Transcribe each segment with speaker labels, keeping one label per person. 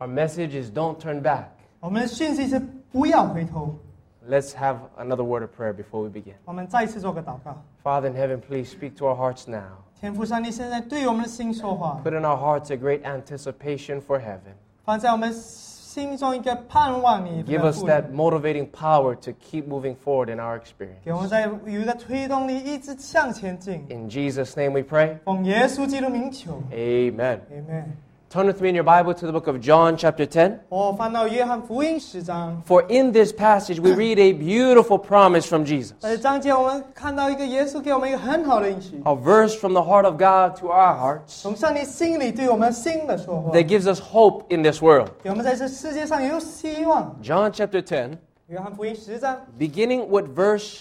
Speaker 1: Our message is don't turn back.
Speaker 2: 我们的讯息是不要回头。
Speaker 1: Let's have another word of prayer before we begin.
Speaker 2: 我们再次做个祷告，
Speaker 1: Father in heaven, please speak to our hearts now.
Speaker 2: 天父上帝现在对我们的心说话，
Speaker 1: Put in our hearts a great anticipation for heaven.
Speaker 2: 放在我们心中一个盼望你
Speaker 1: Give
Speaker 2: 的
Speaker 1: us
Speaker 2: 父灵
Speaker 1: that motivating power to keep moving forward in our experience.
Speaker 2: 给我们在有一个推动力，一直向前进。
Speaker 1: In Jesus' name we pray.
Speaker 2: 奉耶稣基督名求
Speaker 1: Amen.
Speaker 2: ，Amen。
Speaker 1: Turn with me in your Bible to the book of John, chapter 10.
Speaker 2: 我哦翻到约翰福音十章，
Speaker 1: For in this passage, we read a beautiful promise from Jesus,
Speaker 2: 在这章节我们看到一个耶稣给我们一个很好的应许，
Speaker 1: a verse from the heart of God to our hearts
Speaker 2: 从上帝心里对我们新的说话，
Speaker 1: that gives us hope in this world.
Speaker 2: 给我们在这世界上有希望。
Speaker 1: John chapter 10,
Speaker 2: 约翰福音十章
Speaker 1: beginning with verse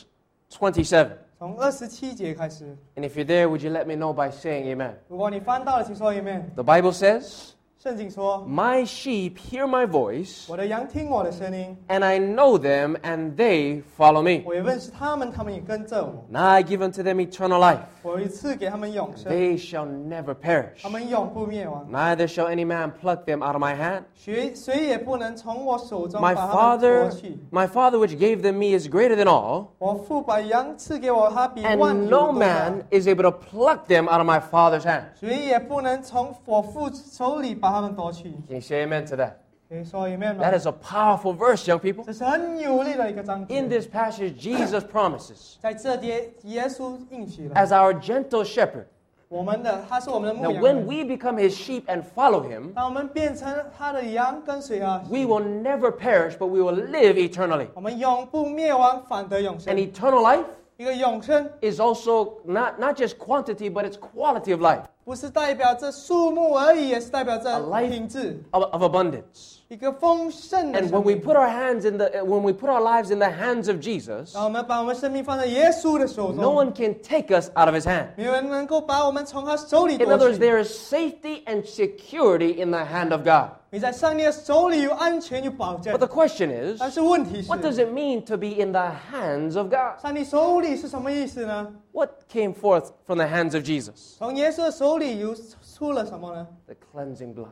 Speaker 1: 27.
Speaker 2: 从二十七节开始，
Speaker 1: And if you're there, would you let me know by saying amen?
Speaker 2: 如果你翻到了，请说 Amen。
Speaker 1: The Bible says,
Speaker 2: 圣经说
Speaker 1: My sheep hear my：“ voice,
Speaker 2: 我的羊听我的声音，
Speaker 1: and I know them, and they follow me.
Speaker 2: 我也认识他们，他们也跟着我。
Speaker 1: Now I give unto them eternal life.
Speaker 2: 我一次给他们永生，
Speaker 1: They shall never perish,
Speaker 2: 他们永不灭亡。
Speaker 1: neither shall any man pluck them out of my hand.
Speaker 2: 谁谁也不能从我手中
Speaker 1: My
Speaker 2: 把他们夺
Speaker 1: Father,
Speaker 2: 去。
Speaker 1: my Father which gave them me is greater than all,
Speaker 2: 我父把羊赐给我，他比万有
Speaker 1: and
Speaker 2: 都
Speaker 1: no
Speaker 2: 大。
Speaker 1: man is able to pluck them out of my Father's hand.
Speaker 2: 谁也不能从我父手里把他们夺去。
Speaker 1: Can you say amen to that?
Speaker 2: 可以说 Amen 吗
Speaker 1: That？is a powerful verse, young people.
Speaker 2: 这是很有力的一个章
Speaker 1: In
Speaker 2: 节。
Speaker 1: this passage, Jesus promises,
Speaker 2: 在这节，耶稣应许了
Speaker 1: as our gentle shepherd,
Speaker 2: 我们的，他是我们的牧
Speaker 1: that
Speaker 2: 羊
Speaker 1: when
Speaker 2: 人。
Speaker 1: we become his sheep and follow him,
Speaker 2: 当我们变成他的羊，跟随啊，
Speaker 1: we will never perish, but we will live eternally.
Speaker 2: 我们永不灭亡，反得永
Speaker 1: And
Speaker 2: 生。
Speaker 1: eternal life
Speaker 2: 一个永生
Speaker 1: is also not, not just quantity, but it's quality of life,
Speaker 2: 不是代表着数目而已，也是代表
Speaker 1: A
Speaker 2: 着
Speaker 1: life-
Speaker 2: 品质，
Speaker 1: of, of abundance.
Speaker 2: 一个丰盛的
Speaker 1: And
Speaker 2: 生
Speaker 1: when we
Speaker 2: 命。
Speaker 1: put our hands in the, when we put our lives in the hands of Jesus,
Speaker 2: 让我们把我们生命放在耶稣的手
Speaker 1: no
Speaker 2: 中，
Speaker 1: one can take us out of his hand.
Speaker 2: 没有人能够把我们从他手里
Speaker 1: In other
Speaker 2: 夺
Speaker 1: words,
Speaker 2: 去。
Speaker 1: there is safety and security in the hand of God.
Speaker 2: 你在上帝的手里有安全，有保证
Speaker 1: But。the question is,
Speaker 2: 但是问题是，
Speaker 1: what does it mean to be in the hands of God?
Speaker 2: 上帝手里是什么意思呢？
Speaker 1: What came forth from the hands of Jesus?
Speaker 2: 从耶稣的手里又出了什么呢？
Speaker 1: The cleansing blood.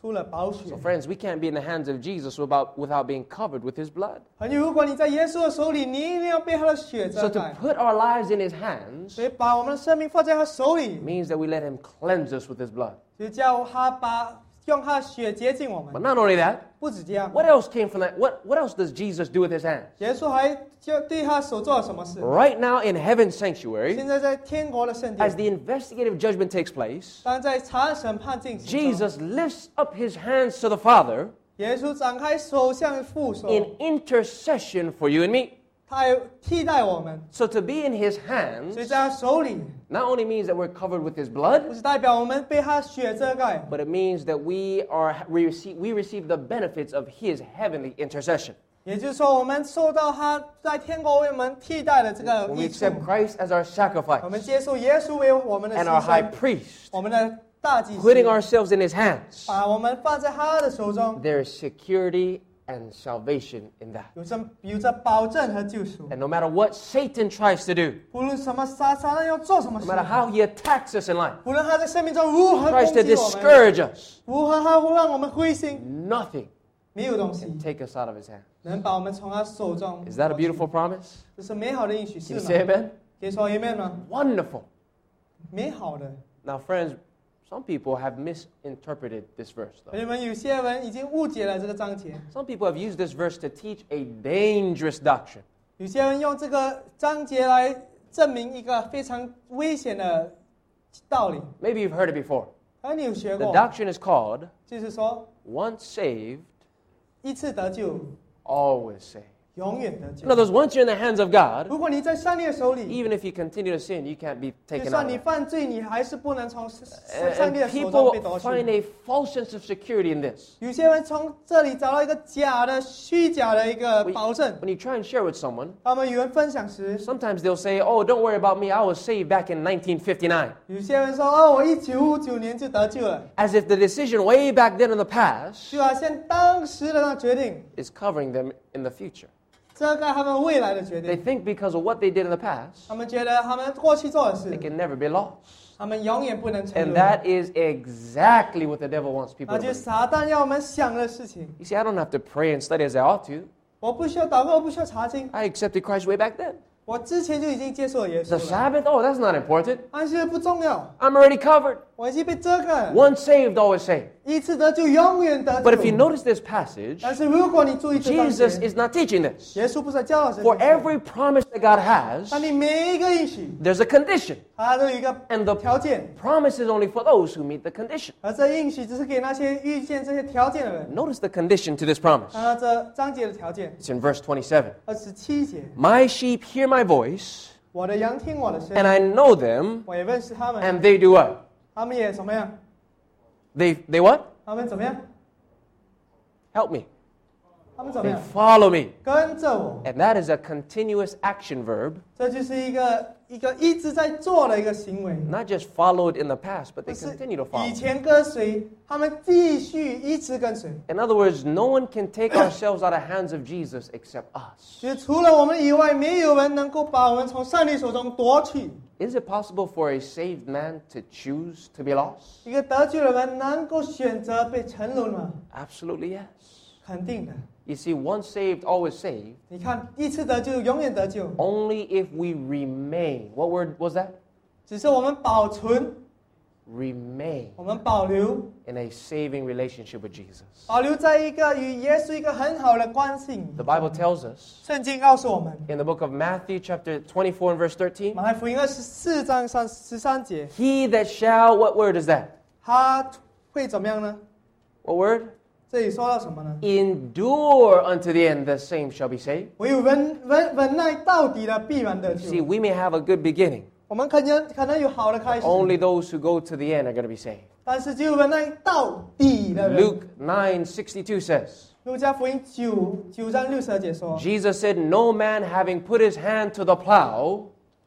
Speaker 2: 出了宝血
Speaker 1: So,。friends, we can't be in the hands of Jesus without, without being covered with his blood.
Speaker 2: 朋友，如果你在耶稣的手里，你一定要被他的血
Speaker 1: So,
Speaker 2: 遮
Speaker 1: to
Speaker 2: 盖。
Speaker 1: put our lives in his hands
Speaker 2: 所以把我们的生命放在他手里，
Speaker 1: means that we let him cleanse us with his blood.
Speaker 2: 就叫他把用他的血洁净我们
Speaker 1: But。not only that,
Speaker 2: 不止这样，
Speaker 1: what else came from that? What, what else does Jesus do with his hands?
Speaker 2: 耶稣还就对他所做了什么事？
Speaker 1: Right now in heaven's sanctuary,
Speaker 2: 现在在天国的圣
Speaker 1: as
Speaker 2: 殿，
Speaker 1: the investigative judgment takes place,
Speaker 2: 当在查审判进行中，
Speaker 1: Jesus lifts up his hands to the Father
Speaker 2: 耶稣展开手向父手，
Speaker 1: in intercession for you and me.
Speaker 2: 他也替代我们，
Speaker 1: So to be in his
Speaker 2: 所以
Speaker 1: hands
Speaker 2: 在他手里，
Speaker 1: not only means that we're covered with his
Speaker 2: 不
Speaker 1: blood,
Speaker 2: 是代表我们被他血遮盖，
Speaker 1: but it means that we are we receive we receive the benefits of his heavenly intercession.
Speaker 2: 也就是说，我们受到他在天国为我们替代的这个
Speaker 1: When we
Speaker 2: 益处。
Speaker 1: accept Christ as our
Speaker 2: 我们
Speaker 1: sacrifice
Speaker 2: 接受耶稣为我们的
Speaker 1: and
Speaker 2: 牺
Speaker 1: our high
Speaker 2: 牲，
Speaker 1: priest,
Speaker 2: 我们的大祭司，
Speaker 1: putting ourselves in his hands,
Speaker 2: 把我们放在他的手中，
Speaker 1: there is security and salvation in that.
Speaker 2: 有着有着保证和救赎。
Speaker 1: And no matter what Satan tries to do,
Speaker 2: 无论什么撒撒旦要做什么
Speaker 1: no
Speaker 2: 事，啊
Speaker 1: matter how he attacks us in life,
Speaker 2: 无论他在生命中如何攻
Speaker 1: tries to
Speaker 2: 击我们，
Speaker 1: discourage us,
Speaker 2: 如何他会让我们灰心，
Speaker 1: nothing
Speaker 2: 没有东西
Speaker 1: take us out of his hand.
Speaker 2: 能把我们从他手中。
Speaker 1: Is that a beautiful promise?
Speaker 2: 这是美好的应许，是
Speaker 1: Can you
Speaker 2: 吗？
Speaker 1: say amen?
Speaker 2: 可以说 Amen 吗？
Speaker 1: Wonderful.
Speaker 2: 美好的。
Speaker 1: Now, friends, some people have misinterpreted this verse,
Speaker 2: 朋
Speaker 1: though.
Speaker 2: 友们，有些人已经误解了这个章节，
Speaker 1: Some people have used this verse to teach a dangerous doctrine.
Speaker 2: 有些人用这个章节来证明一个非常危险的道理。
Speaker 1: Maybe you've heard it before.
Speaker 2: 而你有学
Speaker 1: The
Speaker 2: 过，
Speaker 1: doctrine is called
Speaker 2: 就是说
Speaker 1: once saved,
Speaker 2: 一次得救，
Speaker 1: always saved.
Speaker 2: 永远得救
Speaker 1: In。other words, once you're in the hands of God,
Speaker 2: 如果你在上帝的手里，
Speaker 1: even if you continue to sin, you can't be
Speaker 2: 就
Speaker 1: taken
Speaker 2: 算
Speaker 1: out.
Speaker 2: 你
Speaker 1: Of
Speaker 2: 犯罪，你还是不能从上
Speaker 1: it.
Speaker 2: 上
Speaker 1: And
Speaker 2: 帝
Speaker 1: and
Speaker 2: 的手中被
Speaker 1: people
Speaker 2: 夺
Speaker 1: find
Speaker 2: 去。
Speaker 1: a false sense of security in this.
Speaker 2: 有些人从这里找到一个假的、虚假的一个
Speaker 1: When
Speaker 2: 保
Speaker 1: you-
Speaker 2: 证。
Speaker 1: when you try and share with someone,
Speaker 2: 他们与人分享时，
Speaker 1: sometimes they'll say, Oh, don't worry about me. I was saved back in 1959.
Speaker 2: 有些人说：“哦，我一九五九年就得救了。
Speaker 1: as if the decision way back then in the ” past
Speaker 2: 就好像当时的那决定
Speaker 1: is covering them in the future.
Speaker 2: 遮盖他们未来的决
Speaker 1: They
Speaker 2: 定。
Speaker 1: think because of what they did in the past,
Speaker 2: 他们觉得他们过去做的
Speaker 1: they
Speaker 2: 事，
Speaker 1: can never be lost.
Speaker 2: 他他们永远不能成
Speaker 1: And
Speaker 2: 功。
Speaker 1: that is exactly what the devil wants
Speaker 2: 那
Speaker 1: people to
Speaker 2: 就是
Speaker 1: believe.
Speaker 2: 撒旦要我们想的事情。
Speaker 1: You see, I don't have to pray and study as I ought to.
Speaker 2: 我不需要祷告，我不需要查经，
Speaker 1: I accepted Christ way back then.
Speaker 2: 我之前就已经接受了耶
Speaker 1: The
Speaker 2: 稣了。
Speaker 1: Sabbath, oh, that's not important.
Speaker 2: 安息日不重要，
Speaker 1: I'm already covered.
Speaker 2: 我已经被遮盖了。
Speaker 1: Once saved, always saved.
Speaker 2: 一次得救，永远得
Speaker 1: But if you
Speaker 2: 救。
Speaker 1: notice this passage,
Speaker 2: 但是如果你注意这章
Speaker 1: Jesus
Speaker 2: 节，
Speaker 1: is not teaching this.
Speaker 2: 耶稣不是在教导这
Speaker 1: For
Speaker 2: 些，
Speaker 1: every promise that God has,
Speaker 2: 那你每一个应许，
Speaker 1: there's a condition.
Speaker 2: 它都有一个
Speaker 1: And the
Speaker 2: 条件，
Speaker 1: promise is only for those who meet the condition.
Speaker 2: 而这应许只是给那些遇见这些条件的人。
Speaker 1: Notice the condition to this promise.
Speaker 2: 看到这章节的条件，
Speaker 1: It's in verse 27.
Speaker 2: 二十七节，
Speaker 1: My sheep hear my voice,
Speaker 2: 我的羊听我的声
Speaker 1: and，I know them,
Speaker 2: 我也认识他们，
Speaker 1: and they do what?
Speaker 2: 他们也怎么样？
Speaker 1: They, they what?
Speaker 2: 他们怎么样？
Speaker 1: Help me.
Speaker 2: 他们怎么
Speaker 1: They
Speaker 2: 样？
Speaker 1: follow me.
Speaker 2: 跟着我，
Speaker 1: And that is a continuous action verb,
Speaker 2: 这就是一个一个一直在做的一个行为。
Speaker 1: not just followed in the past, but
Speaker 2: 不
Speaker 1: they
Speaker 2: 是
Speaker 1: continue to follow.
Speaker 2: 以前跟随，他们继续一直跟随。
Speaker 1: In other words, no one can take ourselves out of hands of Jesus except us.
Speaker 2: 其实除了我们以外，没有人能够把我们从上帝手中夺取。
Speaker 1: Is it possible for a saved man to choose to be lost?
Speaker 2: 一个得救的人能够选择被沉沦吗？
Speaker 1: Absolutely yes.
Speaker 2: 肯定的。
Speaker 1: You see, once saved, always saved,
Speaker 2: 你看，一次得救，永远得救，
Speaker 1: only if we remain. What word was that?
Speaker 2: 只是我们保存，
Speaker 1: Remain
Speaker 2: 我们保留，
Speaker 1: in a saving relationship with Jesus.
Speaker 2: 保留在一个与耶稣一个很好的关系。
Speaker 1: The Bible tells us
Speaker 2: 圣经告诉我们，
Speaker 1: in the book of Matthew, chapter 24, and verse 13
Speaker 2: 马太福音二十四章三十三节，
Speaker 1: He that shall, what word is that?
Speaker 2: 他会怎么样呢？
Speaker 1: What word?
Speaker 2: 这里说到什么呢？
Speaker 1: Endure unto the end, the same shall be saved.
Speaker 2: 唯有忍忍忍耐到底的必然得
Speaker 1: See,
Speaker 2: 救。
Speaker 1: we may have a good beginning.
Speaker 2: 我们可能可能有好的开始，
Speaker 1: Only those who go to the end are going to be saved.
Speaker 2: 但是只有忍耐到底的人。
Speaker 1: Luke 9 62 says,
Speaker 2: 路加福音九九章六十二节说，
Speaker 1: Jesus said, No man having put his hand to the plow,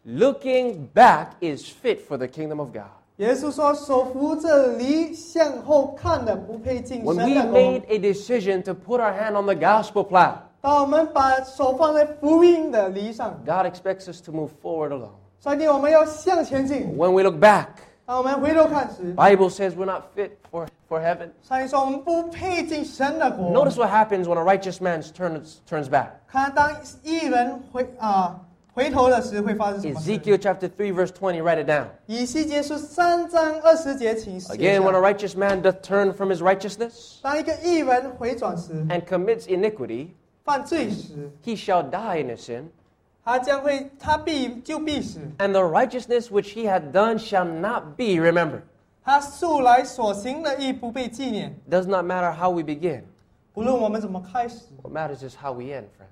Speaker 1: looking back, is fit for the kingdom of God.
Speaker 2: 耶稣说：“手扶着犁向后看的，不配进
Speaker 1: When
Speaker 2: 神
Speaker 1: we
Speaker 2: 的国
Speaker 1: made。a decision to put our hand on the gospel plow, ”
Speaker 2: 当我们把手放在福音的犁上，
Speaker 1: God expects us to move forward alone.
Speaker 2: 上帝，我们要向前进。
Speaker 1: When we look back,
Speaker 2: 当我们回头看时，
Speaker 1: Bible says we're not fit for, for heaven.
Speaker 2: 上帝说：“我们不配进神的国。
Speaker 1: Notice what happens when a righteous man turns, turns back. ”
Speaker 2: 看，当一人回啊回头的时，会发生什么事？
Speaker 1: Ezekiel chapter 3, verse 20, write it down.
Speaker 2: 以西结书三章二十节，请写
Speaker 1: Again, when a
Speaker 2: 下。
Speaker 1: righteous man doth turn from his righteousness
Speaker 2: 当一个艺人回转时，
Speaker 1: and commits iniquity,
Speaker 2: 犯罪时，
Speaker 1: he shall die in his sin.
Speaker 2: 他将会他必就必死。
Speaker 1: And the righteousness which he had done shall not be remembered.
Speaker 2: 他素来所行的义不被纪念。
Speaker 1: Does not matter how we begin.
Speaker 2: 无论我们怎么开始，
Speaker 1: What matters is how we end, friends.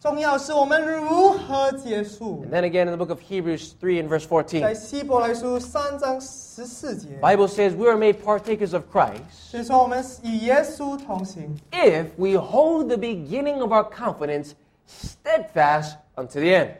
Speaker 2: 重要是我们如何结束
Speaker 1: And。then again in the book of Hebrews 3 and verse
Speaker 2: 在
Speaker 1: 14,
Speaker 2: 希伯来书三章十四节，
Speaker 1: Bible says we are made partakers of Christ
Speaker 2: 是说我们与耶稣同行，
Speaker 1: if we hold the beginning of our confidence steadfast unto the end.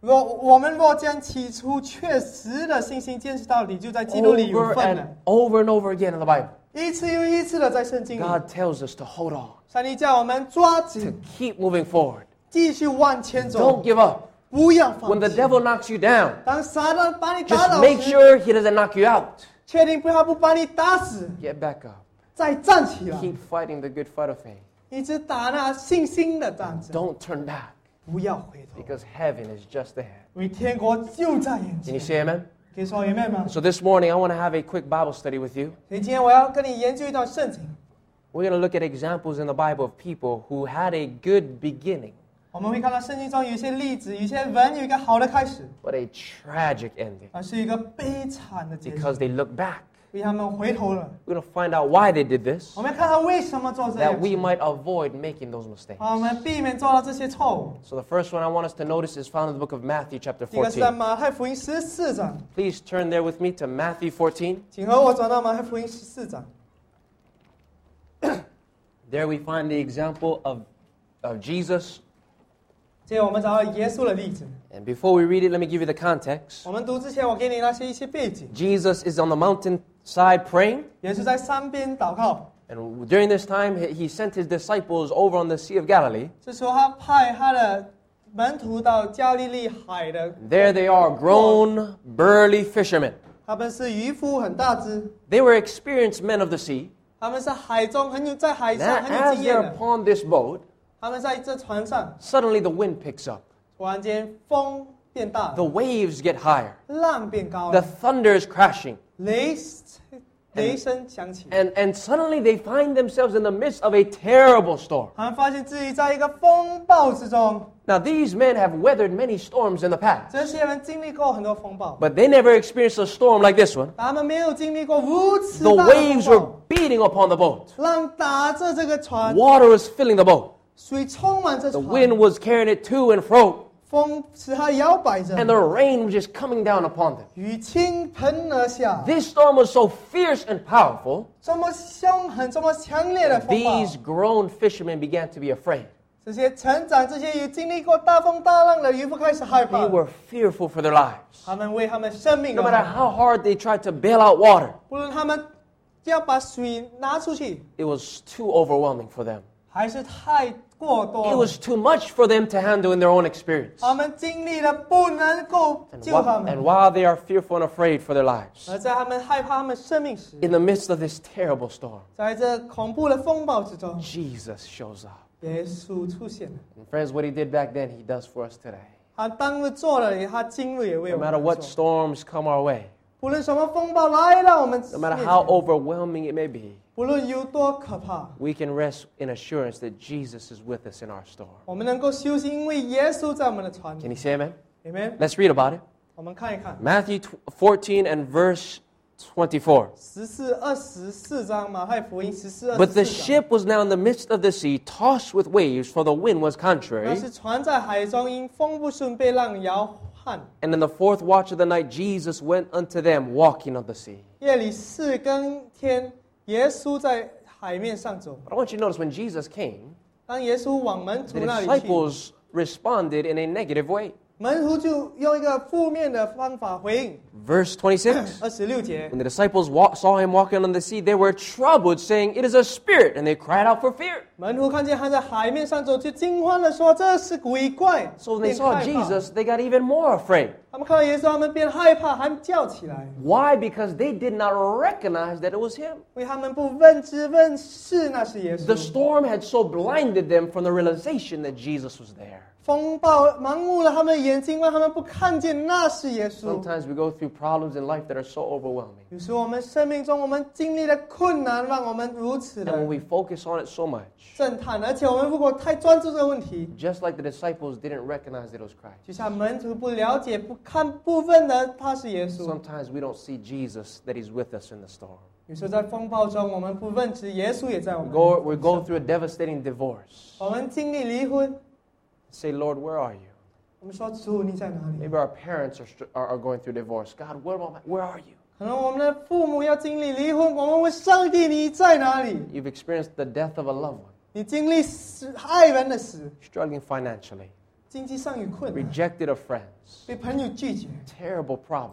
Speaker 2: 若我们若将起初确实的信心坚持到底，就在基督里有
Speaker 1: Over
Speaker 2: 份
Speaker 1: and
Speaker 2: 了。
Speaker 1: over and over again in the Bible.
Speaker 2: 一次又一次的在圣经里，
Speaker 1: God tells us to hold on,
Speaker 2: 上帝叫我们抓
Speaker 1: to
Speaker 2: 紧，
Speaker 1: keep moving forward.
Speaker 2: 继续往前
Speaker 1: Don't
Speaker 2: 走，
Speaker 1: give up.
Speaker 2: 不要放
Speaker 1: When the
Speaker 2: 弃。
Speaker 1: devil knocks you down,
Speaker 2: 当撒旦把你打
Speaker 1: just
Speaker 2: 倒
Speaker 1: make
Speaker 2: 时，
Speaker 1: sure he doesn't knock you out.
Speaker 2: 确定不他不把你打死，
Speaker 1: Get back up.
Speaker 2: 再站起来，
Speaker 1: Keep fighting the good fight of faith.
Speaker 2: 一直打那信心的战争，
Speaker 1: Don't turn back
Speaker 2: 不要回头。
Speaker 1: because heaven is just ahead.
Speaker 2: 因为天国就在眼
Speaker 1: Can you
Speaker 2: 前。
Speaker 1: say amen?
Speaker 2: 可以说 Amen 吗？
Speaker 1: So this morning, I want to have a quick Bible study with you.
Speaker 2: 所以今天我要跟你研究一段圣经，
Speaker 1: We're going to look at examples in the Bible of people who had a good beginning,
Speaker 2: 我们会看到圣经中有一些例子，有一些人有一个好的开始，
Speaker 1: but a tragic ending
Speaker 2: 而是一个悲惨的结局，
Speaker 1: because they look back.
Speaker 2: 因为他们回头了。
Speaker 1: We're going to find out why they did this,
Speaker 2: 我们要看他为什么做这
Speaker 1: that
Speaker 2: 样，
Speaker 1: we might avoid making those mistakes.
Speaker 2: 啊，我们避免做到这些错误。
Speaker 1: So the first one I want us to notice is found in the book of Matthew, chapter
Speaker 2: 这个是在
Speaker 1: 14.
Speaker 2: 马太福音十四章，
Speaker 1: Please turn there with me to Matthew 14.
Speaker 2: 请和我转到马太福音十四章，
Speaker 1: There we find the example of, of Jesus.
Speaker 2: 这样我们找到耶稣的例子。
Speaker 1: And before we read it, let me give you the context.
Speaker 2: 我们读之前，我给你那些一些背景。
Speaker 1: Jesus is on the mountainside praying,
Speaker 2: 耶稣在山边祷告，
Speaker 1: and during this time, he- he sent his disciples over on the Sea of Galilee.
Speaker 2: 这时候他派他的门徒到加利利海的
Speaker 1: There they are, grown, burly fishermen.
Speaker 2: 他他们是渔夫，很大只，
Speaker 1: They were experienced men of the sea.
Speaker 2: 他们是海中很有在海
Speaker 1: And
Speaker 2: 上
Speaker 1: a-
Speaker 2: 很有
Speaker 1: as
Speaker 2: 经
Speaker 1: they're
Speaker 2: 验的。
Speaker 1: upon this boat,
Speaker 2: 他们在这船上，
Speaker 1: suddenly the wind picks up.
Speaker 2: 突然间风变大
Speaker 1: The，waves get higher.
Speaker 2: 浪变高
Speaker 1: The
Speaker 2: 了，
Speaker 1: thunder is crashing.
Speaker 2: 雷雷声响起，
Speaker 1: And, and suddenly they find themselves in the midst of a terrible storm.
Speaker 2: 他们发现自己在一个风暴之中。
Speaker 1: Now, these men have weathered many storms in the past,
Speaker 2: 这些人经历过很多风暴，
Speaker 1: but they never experienced a storm like this one.
Speaker 2: 他们没有经历过如此
Speaker 1: The
Speaker 2: 大的
Speaker 1: waves
Speaker 2: 风
Speaker 1: were
Speaker 2: 暴，
Speaker 1: beating upon the boat,
Speaker 2: 浪打着这个船，
Speaker 1: water was filling the boat,
Speaker 2: 水充满这
Speaker 1: the
Speaker 2: 船，
Speaker 1: wind was carrying it to and fro,
Speaker 2: 风使它摇摆着
Speaker 1: and，the rain was just coming down upon them.
Speaker 2: 雨倾盆而下。
Speaker 1: This storm was so fierce and powerful,
Speaker 2: 这么凶狠、这么强烈的风暴，
Speaker 1: these grown fishermen began to be afraid.
Speaker 2: 这些成长、这些有经历过大风大浪的渔夫开始害
Speaker 1: They
Speaker 2: 怕，
Speaker 1: were fearful for their lives.
Speaker 2: 他们为他们生命
Speaker 1: No
Speaker 2: 而
Speaker 1: matter
Speaker 2: 害怕，
Speaker 1: how hard they tried to bail out water,
Speaker 2: 不论他们要把水拿出去，
Speaker 1: it was too overwhelming for them.
Speaker 2: 还是太过
Speaker 1: It
Speaker 2: 多了，
Speaker 1: was too much for them to handle in their own experience.
Speaker 2: 他们经历了不能够
Speaker 1: And
Speaker 2: 救他
Speaker 1: while, and
Speaker 2: 们。
Speaker 1: while they are fearful and afraid for their lives,
Speaker 2: 而在他们害怕他们生命时，
Speaker 1: in the midst of this terrible storm,
Speaker 2: 在这恐怖的风暴之中，
Speaker 1: Jesus shows up.
Speaker 2: 耶稣出现了。
Speaker 1: And friends, what he did back then, he does for us today.
Speaker 2: 他当日做了，他今日也为
Speaker 1: No
Speaker 2: 我
Speaker 1: matter
Speaker 2: 们
Speaker 1: what
Speaker 2: 做。
Speaker 1: storms come our way,
Speaker 2: 不论什么风暴来到我们
Speaker 1: no
Speaker 2: 面
Speaker 1: matter how
Speaker 2: 前，
Speaker 1: overwhelming it may be,
Speaker 2: 不论有多可怕，
Speaker 1: we can rest in assurance that Jesus is with us in our storm.
Speaker 2: 我们能够休息，因为耶稣在我们的船
Speaker 1: Can
Speaker 2: 里。
Speaker 1: you say amen?
Speaker 2: Amen。
Speaker 1: Let's read about it.
Speaker 2: 我们看一看
Speaker 1: Matthew tw- 14 and verse 24.
Speaker 2: 十四二十四章马太福音十四二
Speaker 1: But
Speaker 2: 十
Speaker 1: the
Speaker 2: 四章。
Speaker 1: ship was now in the midst of the sea, tossed with waves, for the wind was
Speaker 2: 那
Speaker 1: contrary.
Speaker 2: 是船在海中，因风不顺被浪摇撼。
Speaker 1: And in the fourth watch of the night, Jesus went unto them walking on the sea.
Speaker 2: 夜里四更天，耶稣在海面上走。
Speaker 1: But I want you to notice when Jesus came,
Speaker 2: 当耶稣往门徒
Speaker 1: the
Speaker 2: 那里去，
Speaker 1: disciples responded in a negative way.
Speaker 2: 门徒就用一个负面的方法回应。
Speaker 1: Verse 26.
Speaker 2: 二十六节
Speaker 1: When，the disciples wa- saw him walking on the sea, they were troubled, saying, It is a spirit. And they cried out for fear.
Speaker 2: 门徒看见他在海面上走，就惊慌的说：“这是鬼怪。”
Speaker 1: So when they
Speaker 2: 便
Speaker 1: saw
Speaker 2: 害怕
Speaker 1: Jesus, they got even more afraid.
Speaker 2: 他们看到耶稣，他们便害怕，还叫起来，
Speaker 1: Why? Because they did not recognize that it was him.
Speaker 2: 为他们不认知认识那是耶
Speaker 1: The
Speaker 2: 稣。
Speaker 1: storm had so blinded them from the realization that Jesus was there.
Speaker 2: 风暴盲目了他们的眼睛，让他们不看见那是耶稣。
Speaker 1: Sometimes we go through problems in life that are so overwhelming.
Speaker 2: 有时候我们生命中我们经历的困难，让我们如此
Speaker 1: And when
Speaker 2: 的
Speaker 1: we focus on it so much,
Speaker 2: 震撼，而且我们如果太专注这个问题，
Speaker 1: just like the disciples didn't recognize that it was Christ,
Speaker 2: 就像门徒不了解、不看、不认得他是耶稣。
Speaker 1: sometimes we don't see Jesus that He's with us in the storm.
Speaker 2: 有时候在风暴中，我们不认知耶稣也在我
Speaker 1: We
Speaker 2: 们
Speaker 1: go, we're going through a devastating divorce.
Speaker 2: 我们经历离婚，
Speaker 1: Say, Lord, where are you?
Speaker 2: 我们说主你在哪里？
Speaker 1: Maybe our parents are, str- are, are going through divorce. God, where, am I? where are you?
Speaker 2: 可能我们的父母要经历离婚，我们问上帝你在哪里？
Speaker 1: You've experienced the death of a loved one,
Speaker 2: 你经历死爱人的死，
Speaker 1: struggling financially,
Speaker 2: 经济上有困难，
Speaker 1: rejected of friends,
Speaker 2: 被朋友拒绝，
Speaker 1: terrible problems.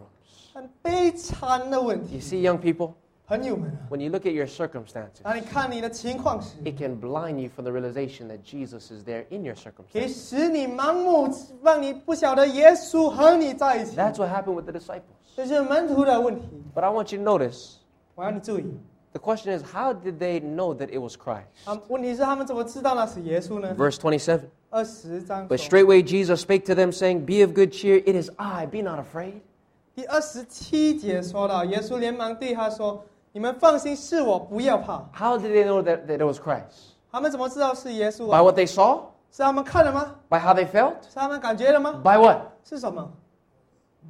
Speaker 2: 很悲惨的问
Speaker 1: You
Speaker 2: 题。
Speaker 1: see, young people,
Speaker 2: 朋友们啊，
Speaker 1: when you look at your circumstances,
Speaker 2: 当你看你的情况时，
Speaker 1: it can blind you from the realization that Jesus is there in your
Speaker 2: 也
Speaker 1: circumstances.
Speaker 2: 使你盲目，让你不晓得耶稣和你在一起。
Speaker 1: That's what happened with the disciples.
Speaker 2: 这是门徒的问题，
Speaker 1: But I want you to notice
Speaker 2: 我要你注意。
Speaker 1: the question is how did they know that it was Christ?
Speaker 2: 啊，问题是他们怎么知道那是耶稣呢？
Speaker 1: Verse 27.
Speaker 2: 二十章
Speaker 1: But
Speaker 2: 说
Speaker 1: straightway Jesus spake to them, saying, Be of good cheer, it is I, be not afraid.
Speaker 2: 第二十七节说到，耶稣连忙对他说：“你们放心，是我，不要怕。
Speaker 1: How did they know that, that it was Christ? ”
Speaker 2: 他们怎么知道是耶稣
Speaker 1: By
Speaker 2: 啊？
Speaker 1: what they saw?
Speaker 2: 是他们看了吗？
Speaker 1: By how they felt?
Speaker 2: 是他们感觉了吗？
Speaker 1: By what?
Speaker 2: 是什么？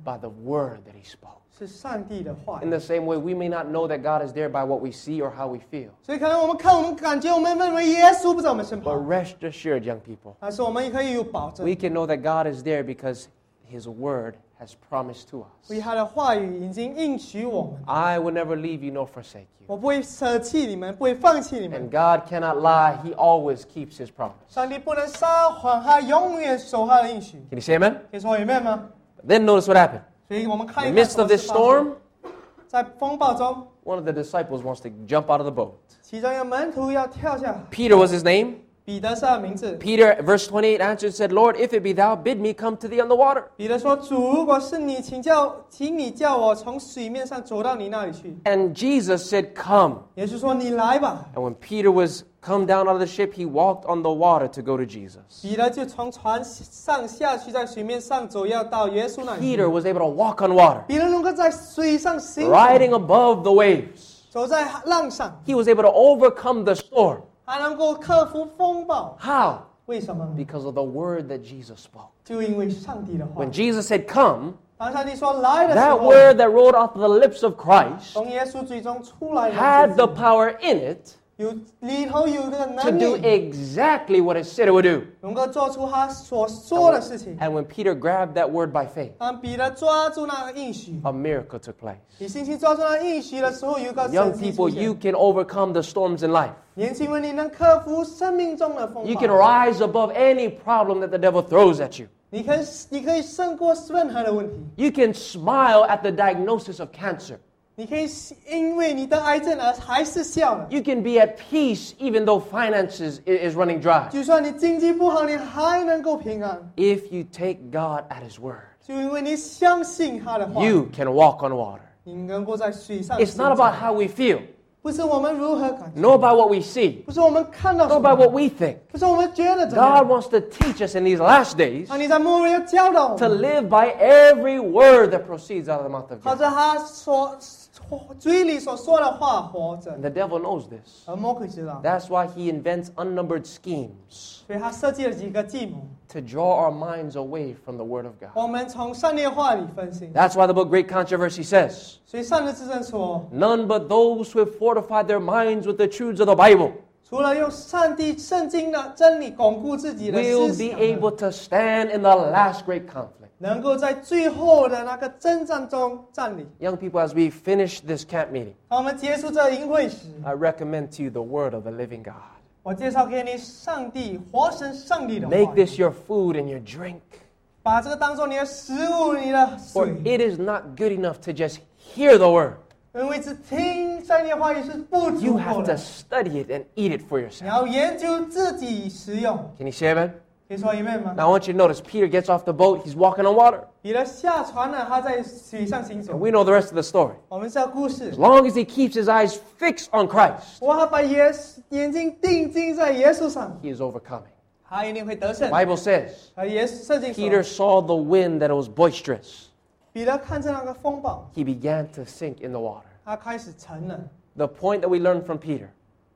Speaker 1: By the word that he spoke.
Speaker 2: 是上帝的话
Speaker 1: In。the same way, we may not know that God is there by what we see or how we feel.
Speaker 2: 所以可能我们看，我们感觉，我们认为耶稣不在我们身
Speaker 1: But
Speaker 2: 旁，
Speaker 1: rest assured, young people,
Speaker 2: 但是我们也可以有保证
Speaker 1: we，can know that God is there because his word has promised to
Speaker 2: 因为
Speaker 1: us.
Speaker 2: 他的话语已经应许我们，
Speaker 1: I will never leave you nor forsake you.
Speaker 2: 我不会舍弃你们，不会放弃你
Speaker 1: And。
Speaker 2: 们
Speaker 1: God cannot lie, He always keeps His promise.
Speaker 2: 上帝不能撒谎，他永远守他的应许。
Speaker 1: Can you say amen?
Speaker 2: 可以说 Amen 吗？
Speaker 1: Then notice what happened.
Speaker 2: 所以我们看
Speaker 1: In
Speaker 2: 一
Speaker 1: the
Speaker 2: 看
Speaker 1: midst
Speaker 2: 什
Speaker 1: of
Speaker 2: 么
Speaker 1: this
Speaker 2: 事发生
Speaker 1: storm,
Speaker 2: 在风暴中，
Speaker 1: one of the disciples wants to jump out of the boat.
Speaker 2: 其中一个门徒要跳下海，
Speaker 1: Peter was his name.
Speaker 2: 彼彼得是他的名字。
Speaker 1: Peter, verse 28, answered and said, Lord, if it be thou, bid me come to thee on the water.
Speaker 2: 彼得说：“主，如果是你，请叫，请你叫我从水面上走到你那里去。
Speaker 1: And Jesus said, Come. ”
Speaker 2: 也就是说，你来吧。
Speaker 1: And when Peter was come down out of the ship, he walked on the water to go to Jesus.
Speaker 2: 彼得就从船上下去，在水面上走，要到耶稣那里。
Speaker 1: Peter was able to walk on water,
Speaker 2: 彼得能够在水上行走
Speaker 1: riding above the waves.
Speaker 2: 走在浪上，
Speaker 1: He was able to overcome the storm.
Speaker 2: 还能够克服风暴。
Speaker 1: How?
Speaker 2: 为什么？
Speaker 1: Because of the word that Jesus spoke.
Speaker 2: 就因为上帝的话
Speaker 1: When。Jesus said, Come,
Speaker 2: 当上帝说来的时
Speaker 1: that
Speaker 2: 候，
Speaker 1: word that rolled off the lips of Christ
Speaker 2: 从耶稣嘴中出来的
Speaker 1: had
Speaker 2: 字
Speaker 1: the power in it
Speaker 2: 有里头有那个
Speaker 1: to
Speaker 2: 能
Speaker 1: do
Speaker 2: 力，
Speaker 1: exactly what it said it would do.
Speaker 2: 能够做出他所说的事情。
Speaker 1: And when Peter grabbed that word by faith,
Speaker 2: 当彼得抓住那个应许，
Speaker 1: a miracle took place.
Speaker 2: 你信心抓住那应许的时候，有一个
Speaker 1: Young
Speaker 2: 神迹出
Speaker 1: people, you
Speaker 2: 现。
Speaker 1: can overcome the storms in life.
Speaker 2: 年轻人，你能克服生命中的风
Speaker 1: You can
Speaker 2: 暴，
Speaker 1: rise above any problem that the devil throws at you.
Speaker 2: 你可以你可以胜过任何的问题，
Speaker 1: You can smile at the diagnosis of cancer.
Speaker 2: 你可以因为你得癌症而还是笑了。
Speaker 1: You can be at peace even though finances i- is running dry.
Speaker 2: 就算你经济不好，你还能够平安，
Speaker 1: If you take God at His word,
Speaker 2: 就因为你相信他的话。
Speaker 1: you can walk on water.
Speaker 2: 你能够在水上
Speaker 1: It's
Speaker 2: 行
Speaker 1: not
Speaker 2: 走。
Speaker 1: about how we feel,
Speaker 2: 不是我们如何感觉，
Speaker 1: nor by what we see,
Speaker 2: 不是我们看到什
Speaker 1: nor by
Speaker 2: 么，
Speaker 1: what we think.
Speaker 2: 不是我们觉得怎么
Speaker 1: God
Speaker 2: 样。
Speaker 1: wants to teach us in these last days
Speaker 2: 啊，你在末日要教导我
Speaker 1: to
Speaker 2: 们，
Speaker 1: live by every word that proceeds out of the mouth of
Speaker 2: 靠
Speaker 1: God.
Speaker 2: 着他所嘴里所说的话活着
Speaker 1: And。the devil knows this.
Speaker 2: 而魔鬼知道，
Speaker 1: That's why he invents unnumbered schemes
Speaker 2: 所以他设计了几个计谋，
Speaker 1: to draw our minds away from the word of God.
Speaker 2: 我们从上帝的话里分析。
Speaker 1: That's why the book Great Controversy says,
Speaker 2: 所以上帝之证说，
Speaker 1: None but those who have fortified their minds with the truths of the Bible
Speaker 2: 除了用上帝圣经的真理巩固自己的
Speaker 1: will
Speaker 2: 思
Speaker 1: be
Speaker 2: 想
Speaker 1: able，to stand in the last great conflict.
Speaker 2: 能够在最后的那个征战中站立。
Speaker 1: Young people, as we finish this camp meeting,
Speaker 2: 当我们结束这营会时，
Speaker 1: I recommend to you the word of the living God.
Speaker 2: 我介绍给你上帝活神上帝的话
Speaker 1: Make
Speaker 2: 语。
Speaker 1: this your food and your drink,
Speaker 2: 把这个当做你的食物，你的
Speaker 1: for
Speaker 2: 水，
Speaker 1: it is not good enough to just hear the word.
Speaker 2: 因为只听上帝的话语是不
Speaker 1: You
Speaker 2: 足够
Speaker 1: have to
Speaker 2: 的，
Speaker 1: study it and eat it for
Speaker 2: 你
Speaker 1: yourself.
Speaker 2: 要研究自己食用。
Speaker 1: Can you say amen?
Speaker 2: 可以说一遍吗？
Speaker 1: Now I want you to notice Peter gets off the boat, he's walking on water.
Speaker 2: 彼得下船了，他在水上行
Speaker 1: And
Speaker 2: 走。
Speaker 1: we know the rest of the story.
Speaker 2: 我们知道故事
Speaker 1: As，long as he keeps his eyes fixed on Christ,
Speaker 2: 哇，他把耶稣眼睛定睛在耶稣上，
Speaker 1: he is overcoming.
Speaker 2: 他一定会得胜
Speaker 1: The。Bible says
Speaker 2: 而耶稣圣经
Speaker 1: Peter
Speaker 2: 说，
Speaker 1: saw the wind that it was boisterous.
Speaker 2: 彼得看见那个风暴，
Speaker 1: He began to sink in the water.
Speaker 2: 他开始沉了。
Speaker 1: The point that we learned from Peter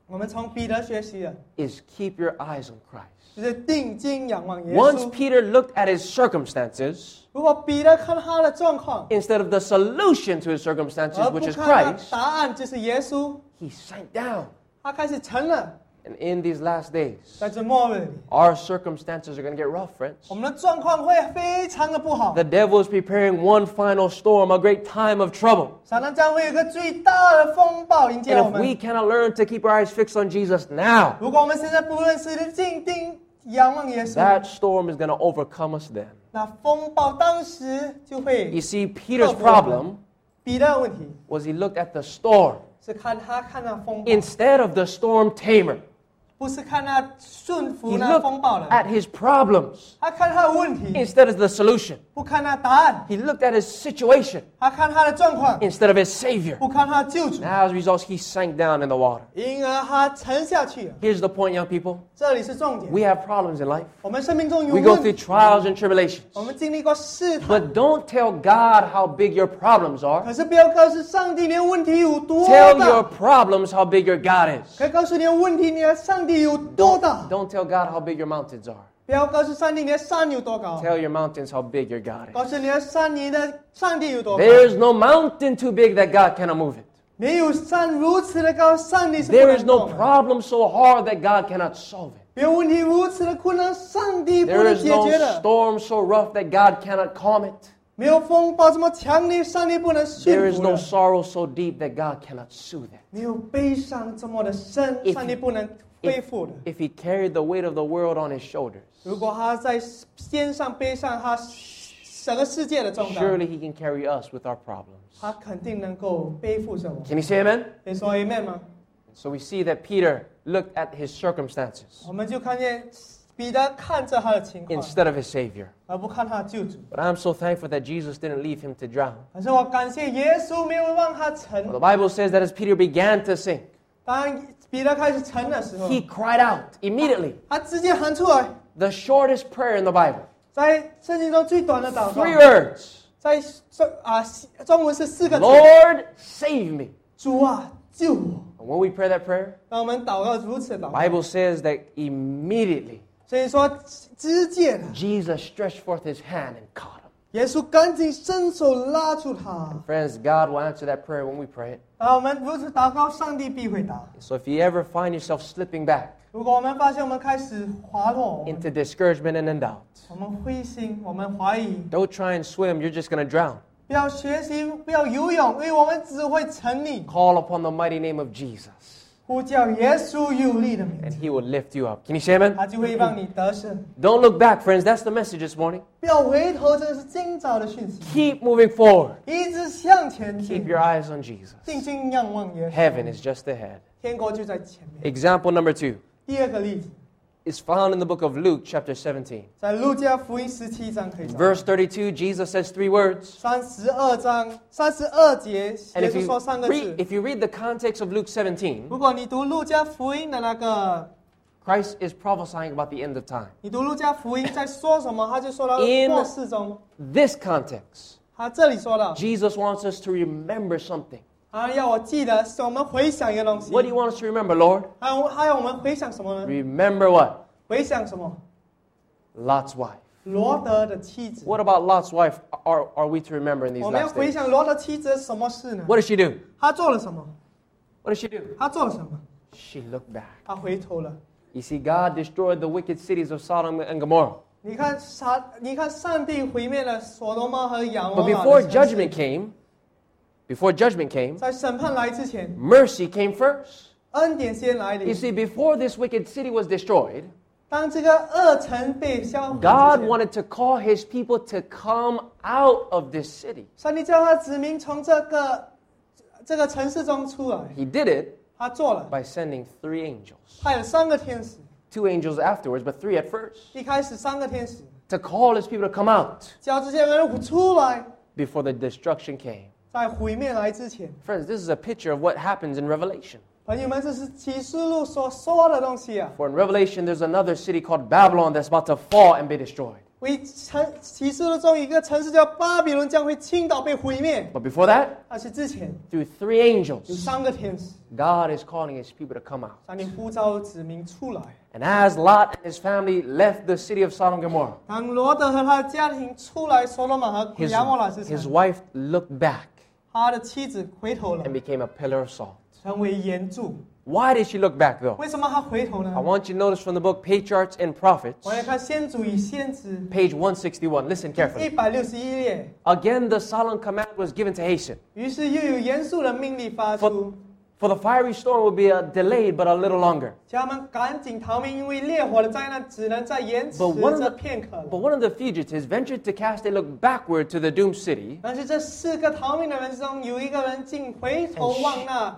Speaker 2: 我们从彼得学习的，
Speaker 1: is keep your eyes on Christ.
Speaker 2: 就是定睛仰望耶
Speaker 1: Once
Speaker 2: 稣。
Speaker 1: Peter looked at his circumstances
Speaker 2: 如果彼得看他的状况，
Speaker 1: instead of the solution to his circumstances,
Speaker 2: 而不
Speaker 1: which is
Speaker 2: 看那
Speaker 1: Christ,
Speaker 2: 答案就是耶稣，
Speaker 1: he sank down.
Speaker 2: 他开始沉了。
Speaker 1: And in these last days,
Speaker 2: 在这末日里，
Speaker 1: our circumstances are going to get rough, friends.
Speaker 2: 我们的状况会非常的不好
Speaker 1: The，devil is preparing one final storm, a great time of trouble.
Speaker 2: 撒旦将会有一个最大的风暴迎接我
Speaker 1: And if
Speaker 2: 们
Speaker 1: we。cannot learn to keep our eyes fixed on Jesus now,
Speaker 2: 如果我们现在不认识静定仰望耶稣，
Speaker 1: that storm is going to overcome us then.
Speaker 2: 那风暴当时就
Speaker 1: You
Speaker 2: 会。
Speaker 1: see, Peter's problem
Speaker 2: 彼得的问题
Speaker 1: was he looked at the storm
Speaker 2: 是看他看那风暴，
Speaker 1: instead of the storm tamer.
Speaker 2: 不是看那顺
Speaker 1: He
Speaker 2: 服那风
Speaker 1: looked
Speaker 2: 暴的，
Speaker 1: at his problems
Speaker 2: 他看他的问题，
Speaker 1: instead of the solution.
Speaker 2: 不看那答案，
Speaker 1: He looked at his situation
Speaker 2: 他看他的状况，
Speaker 1: instead of his Savior.
Speaker 2: 不看他的救主，
Speaker 1: Now, as a result, he sank down in the water.
Speaker 2: 因而他沉下去了。
Speaker 1: Here's the point, young people
Speaker 2: 这里是重点
Speaker 1: we，have problems in life,
Speaker 2: 我们生命中有
Speaker 1: we go
Speaker 2: 问
Speaker 1: through
Speaker 2: 题，
Speaker 1: trials and tribulations.
Speaker 2: 我们经历过试探。
Speaker 1: But don't tell God how big your problems are.
Speaker 2: 可是不要告诉上帝你的问题有多
Speaker 1: Tell your
Speaker 2: 大，
Speaker 1: problems how big your God is.
Speaker 2: 可以告诉你的问题你的上帝有多大，
Speaker 1: Don't tell God how big your mountains are.
Speaker 2: 不要告诉上帝你的山有多高，
Speaker 1: Tell your mountains how big your God is.
Speaker 2: 告诉你的山你的上帝有多高。
Speaker 1: There is no mountain too big that God cannot move it.
Speaker 2: 没有山如此的高，上帝是不
Speaker 1: There is
Speaker 2: 能
Speaker 1: no
Speaker 2: 动的。
Speaker 1: problem so hard that God cannot solve it.
Speaker 2: 没有问题如此的困难，上帝不
Speaker 1: There
Speaker 2: 能
Speaker 1: is
Speaker 2: 解
Speaker 1: no
Speaker 2: 决的。
Speaker 1: storm so rough that God cannot calm it.
Speaker 2: 没有风暴这么强烈，上帝不能
Speaker 1: There
Speaker 2: 驯
Speaker 1: is
Speaker 2: 服
Speaker 1: no
Speaker 2: 的。
Speaker 1: sorrow so deep that God cannot soothe it.
Speaker 2: 没有悲伤这么的深，
Speaker 1: If-
Speaker 2: 上帝不能恢复的。
Speaker 1: If he carried the weight of the world on his shoulders,
Speaker 2: 如果他在肩上背上他整个世界的重担，
Speaker 1: surely he can carry us with our problems.
Speaker 2: 他肯定能够背负着我。
Speaker 1: Can you say amen?
Speaker 2: 你说 Amen 吗？
Speaker 1: So we see that Peter looked at his circumstances
Speaker 2: 我们就看见彼得看着他的情况，
Speaker 1: instead of his Savior.
Speaker 2: 而不看他的救主。
Speaker 1: But I'm so thankful that Jesus didn't leave him to drown.
Speaker 2: 可是我感谢耶稣没有让他
Speaker 1: The
Speaker 2: 沉。
Speaker 1: Bible says that as Peter began to sink,
Speaker 2: 当彼得开始沉的时候，
Speaker 1: he cried out immediately.
Speaker 2: 他直接喊出来，
Speaker 1: The shortest prayer in the Bible.
Speaker 2: 在圣经中最短的祷
Speaker 1: Three
Speaker 2: 告，
Speaker 1: words
Speaker 2: 在中啊西中文是四个字：
Speaker 1: Lord, save me.
Speaker 2: 主啊，救我。
Speaker 1: And when we pray that prayer,
Speaker 2: 让我们祷告如此
Speaker 1: the
Speaker 2: 祷告。
Speaker 1: Bible says that immediately
Speaker 2: 所以说，直接的，
Speaker 1: Jesus stretched forth his hand and caught him.
Speaker 2: 耶稣赶紧伸手拉住他。
Speaker 1: Friends, God will answer that prayer when we pray it.
Speaker 2: 啊，我们如此祷告，上帝必回答。
Speaker 1: So if you ever find yourself slipping back
Speaker 2: 如果我们发现我们开始滑落，我们
Speaker 1: into discouragement and in doubt,
Speaker 2: 我们灰心，我们怀疑，
Speaker 1: don't try and swim, you're just going to drown.
Speaker 2: 不要学习，不要游泳，因为我们只会沉溺。
Speaker 1: Call upon the mighty name of Jesus
Speaker 2: 呼叫耶稣有力的名
Speaker 1: and
Speaker 2: 字，
Speaker 1: he will lift you up. Can you say amen?
Speaker 2: 他就会让你得胜。
Speaker 1: Don't look back, friends. That's the message this morning.
Speaker 2: 不要回头，这是今早的讯息，
Speaker 1: Keep moving forward.
Speaker 2: 一直向前
Speaker 1: Keep
Speaker 2: 进，
Speaker 1: your eyes on Jesus.
Speaker 2: 定睛仰望耶稣，
Speaker 1: Heaven is just ahead.
Speaker 2: 天国就在前面。
Speaker 1: Example number two
Speaker 2: 第二个例子，
Speaker 1: is found in the book of Luke, chapter 17.
Speaker 2: 在路加福音十七章可以找到。
Speaker 1: Verse 32, Jesus says three words.
Speaker 2: 三十二章三十二节，
Speaker 1: And
Speaker 2: 耶
Speaker 1: if
Speaker 2: 稣
Speaker 1: you,
Speaker 2: 说三个
Speaker 1: read,
Speaker 2: 字。
Speaker 1: if you read the context of Luke 17,
Speaker 2: 如果你读路加福音的那个，
Speaker 1: Christ is prophesying about the end of time.
Speaker 2: 你读路加福音在说什么，他就说到
Speaker 1: In-
Speaker 2: 末世中。
Speaker 1: This context,
Speaker 2: 他这里说到，
Speaker 1: Jesus wants us to remember something.
Speaker 2: 啊，要我记得，是我们回想一个东西。
Speaker 1: What do you want us to remember, Lord?
Speaker 2: 还有还有，我们回想什么呢？
Speaker 1: Remember what?
Speaker 2: 回想什么？
Speaker 1: Lot's wife.
Speaker 2: 罗德的妻子。
Speaker 1: What about Lot's wife are, are we to remember in these
Speaker 2: 我们要
Speaker 1: last
Speaker 2: 回
Speaker 1: days?
Speaker 2: 想罗德妻子的什么事呢？
Speaker 1: What did she do?
Speaker 2: 他做了什么？
Speaker 1: What did she do?
Speaker 2: 他做了什么？
Speaker 1: She looked back.
Speaker 2: 他回头了。
Speaker 1: You see, God destroyed the wicked cities of Sodom and Gomorrah.
Speaker 2: 你看啥？你看上帝毁灭了所罗门和亚
Speaker 1: But
Speaker 2: 摩拉
Speaker 1: before
Speaker 2: 的城市。
Speaker 1: judgment came, before judgment came,
Speaker 2: 在审判来之前，
Speaker 1: mercy came first.
Speaker 2: 恩典先来
Speaker 1: You
Speaker 2: 临。
Speaker 1: see, before this wicked city was destroyed,
Speaker 2: 当这个恶城被消灭
Speaker 1: God wanted to call his people to come out of this city.
Speaker 2: 上帝叫他子民从这个这个城市中出来。
Speaker 1: He did it
Speaker 2: 他做了，
Speaker 1: by sending three angels.
Speaker 2: 派了三个天使。
Speaker 1: Two angels afterwards, but three at first.
Speaker 2: 一开始三个天使
Speaker 1: To call his people to come out
Speaker 2: 叫这些人出来，
Speaker 1: before the destruction came.
Speaker 2: 在毁灭来之前。
Speaker 1: Friends, this is a picture of what happens in Revelation.
Speaker 2: 朋友们，这是启示录所说的东西啊。
Speaker 1: For in Revelation, there's another city called Babylon that's about to fall and be destroyed.
Speaker 2: 为城启示录中一个城市叫巴比伦将会倾倒被毁灭，
Speaker 1: But before that,
Speaker 2: 而且之前
Speaker 1: through three
Speaker 2: 有
Speaker 1: angels,
Speaker 2: 三个天使，
Speaker 1: God is calling his people to come out.
Speaker 2: 上帝呼召子民出来。
Speaker 1: And as Lot and his family left the city of Sodom and Gomorrah,
Speaker 2: 当罗德和他的家庭出来，所罗门和
Speaker 1: his,
Speaker 2: 亚摩拉之
Speaker 1: his
Speaker 2: 城，
Speaker 1: wife looked back
Speaker 2: 他的妻子回头了
Speaker 1: and，became a pillar of salt.
Speaker 2: 成为岩柱。
Speaker 1: Why did she look back though?
Speaker 2: 为什么他回头呢
Speaker 1: I？want you to notice from the book Patriarchs and Prophets,
Speaker 2: 我们来看先祖与先知，
Speaker 1: page 161. Listen
Speaker 2: 一
Speaker 1: carefully.
Speaker 2: 百六十一列。
Speaker 1: Again, the solemn command was given to hasten,
Speaker 2: 于是又有严肃的命令发出，
Speaker 1: for the fiery storm would be uh, delayed but a little longer.
Speaker 2: 叫他们赶紧逃命，因为烈火的灾难只能再延迟
Speaker 1: But one of
Speaker 2: 这
Speaker 1: the-
Speaker 2: 片刻了
Speaker 1: But。one of the fugitives ventured to cast a look backward to the doomed city
Speaker 2: 但是这四个逃命的人之中，有一个人竟回头望那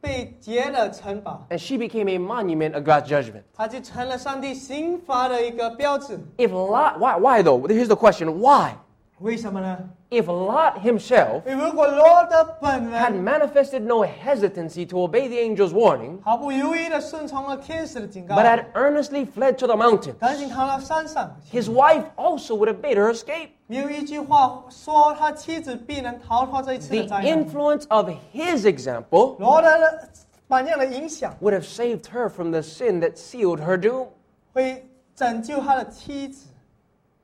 Speaker 2: 被劫的城堡，
Speaker 1: and she became a monument of God's judgment.
Speaker 2: 他就成了上帝刑罚的一个标志。
Speaker 1: If Lot, why, why though? Here's the question why?
Speaker 2: 为什么呢？
Speaker 1: If Lot himself
Speaker 2: 因为如果罗德本
Speaker 1: had
Speaker 2: 人
Speaker 1: manifested no hesitancy to obey the angel's warning,
Speaker 2: 毫不犹豫地顺从了天使的警告，
Speaker 1: but had earnestly fled to the mountains,
Speaker 2: 赶紧逃到山上，
Speaker 1: his wife also would have made her escape.
Speaker 2: 没有一句话说他妻子必能逃脱这一次的
Speaker 1: The
Speaker 2: 灾难。
Speaker 1: influence of his example
Speaker 2: 罗德的榜样的影响
Speaker 1: would have saved her from the sin that sealed her doom.
Speaker 2: 会拯救他的妻子，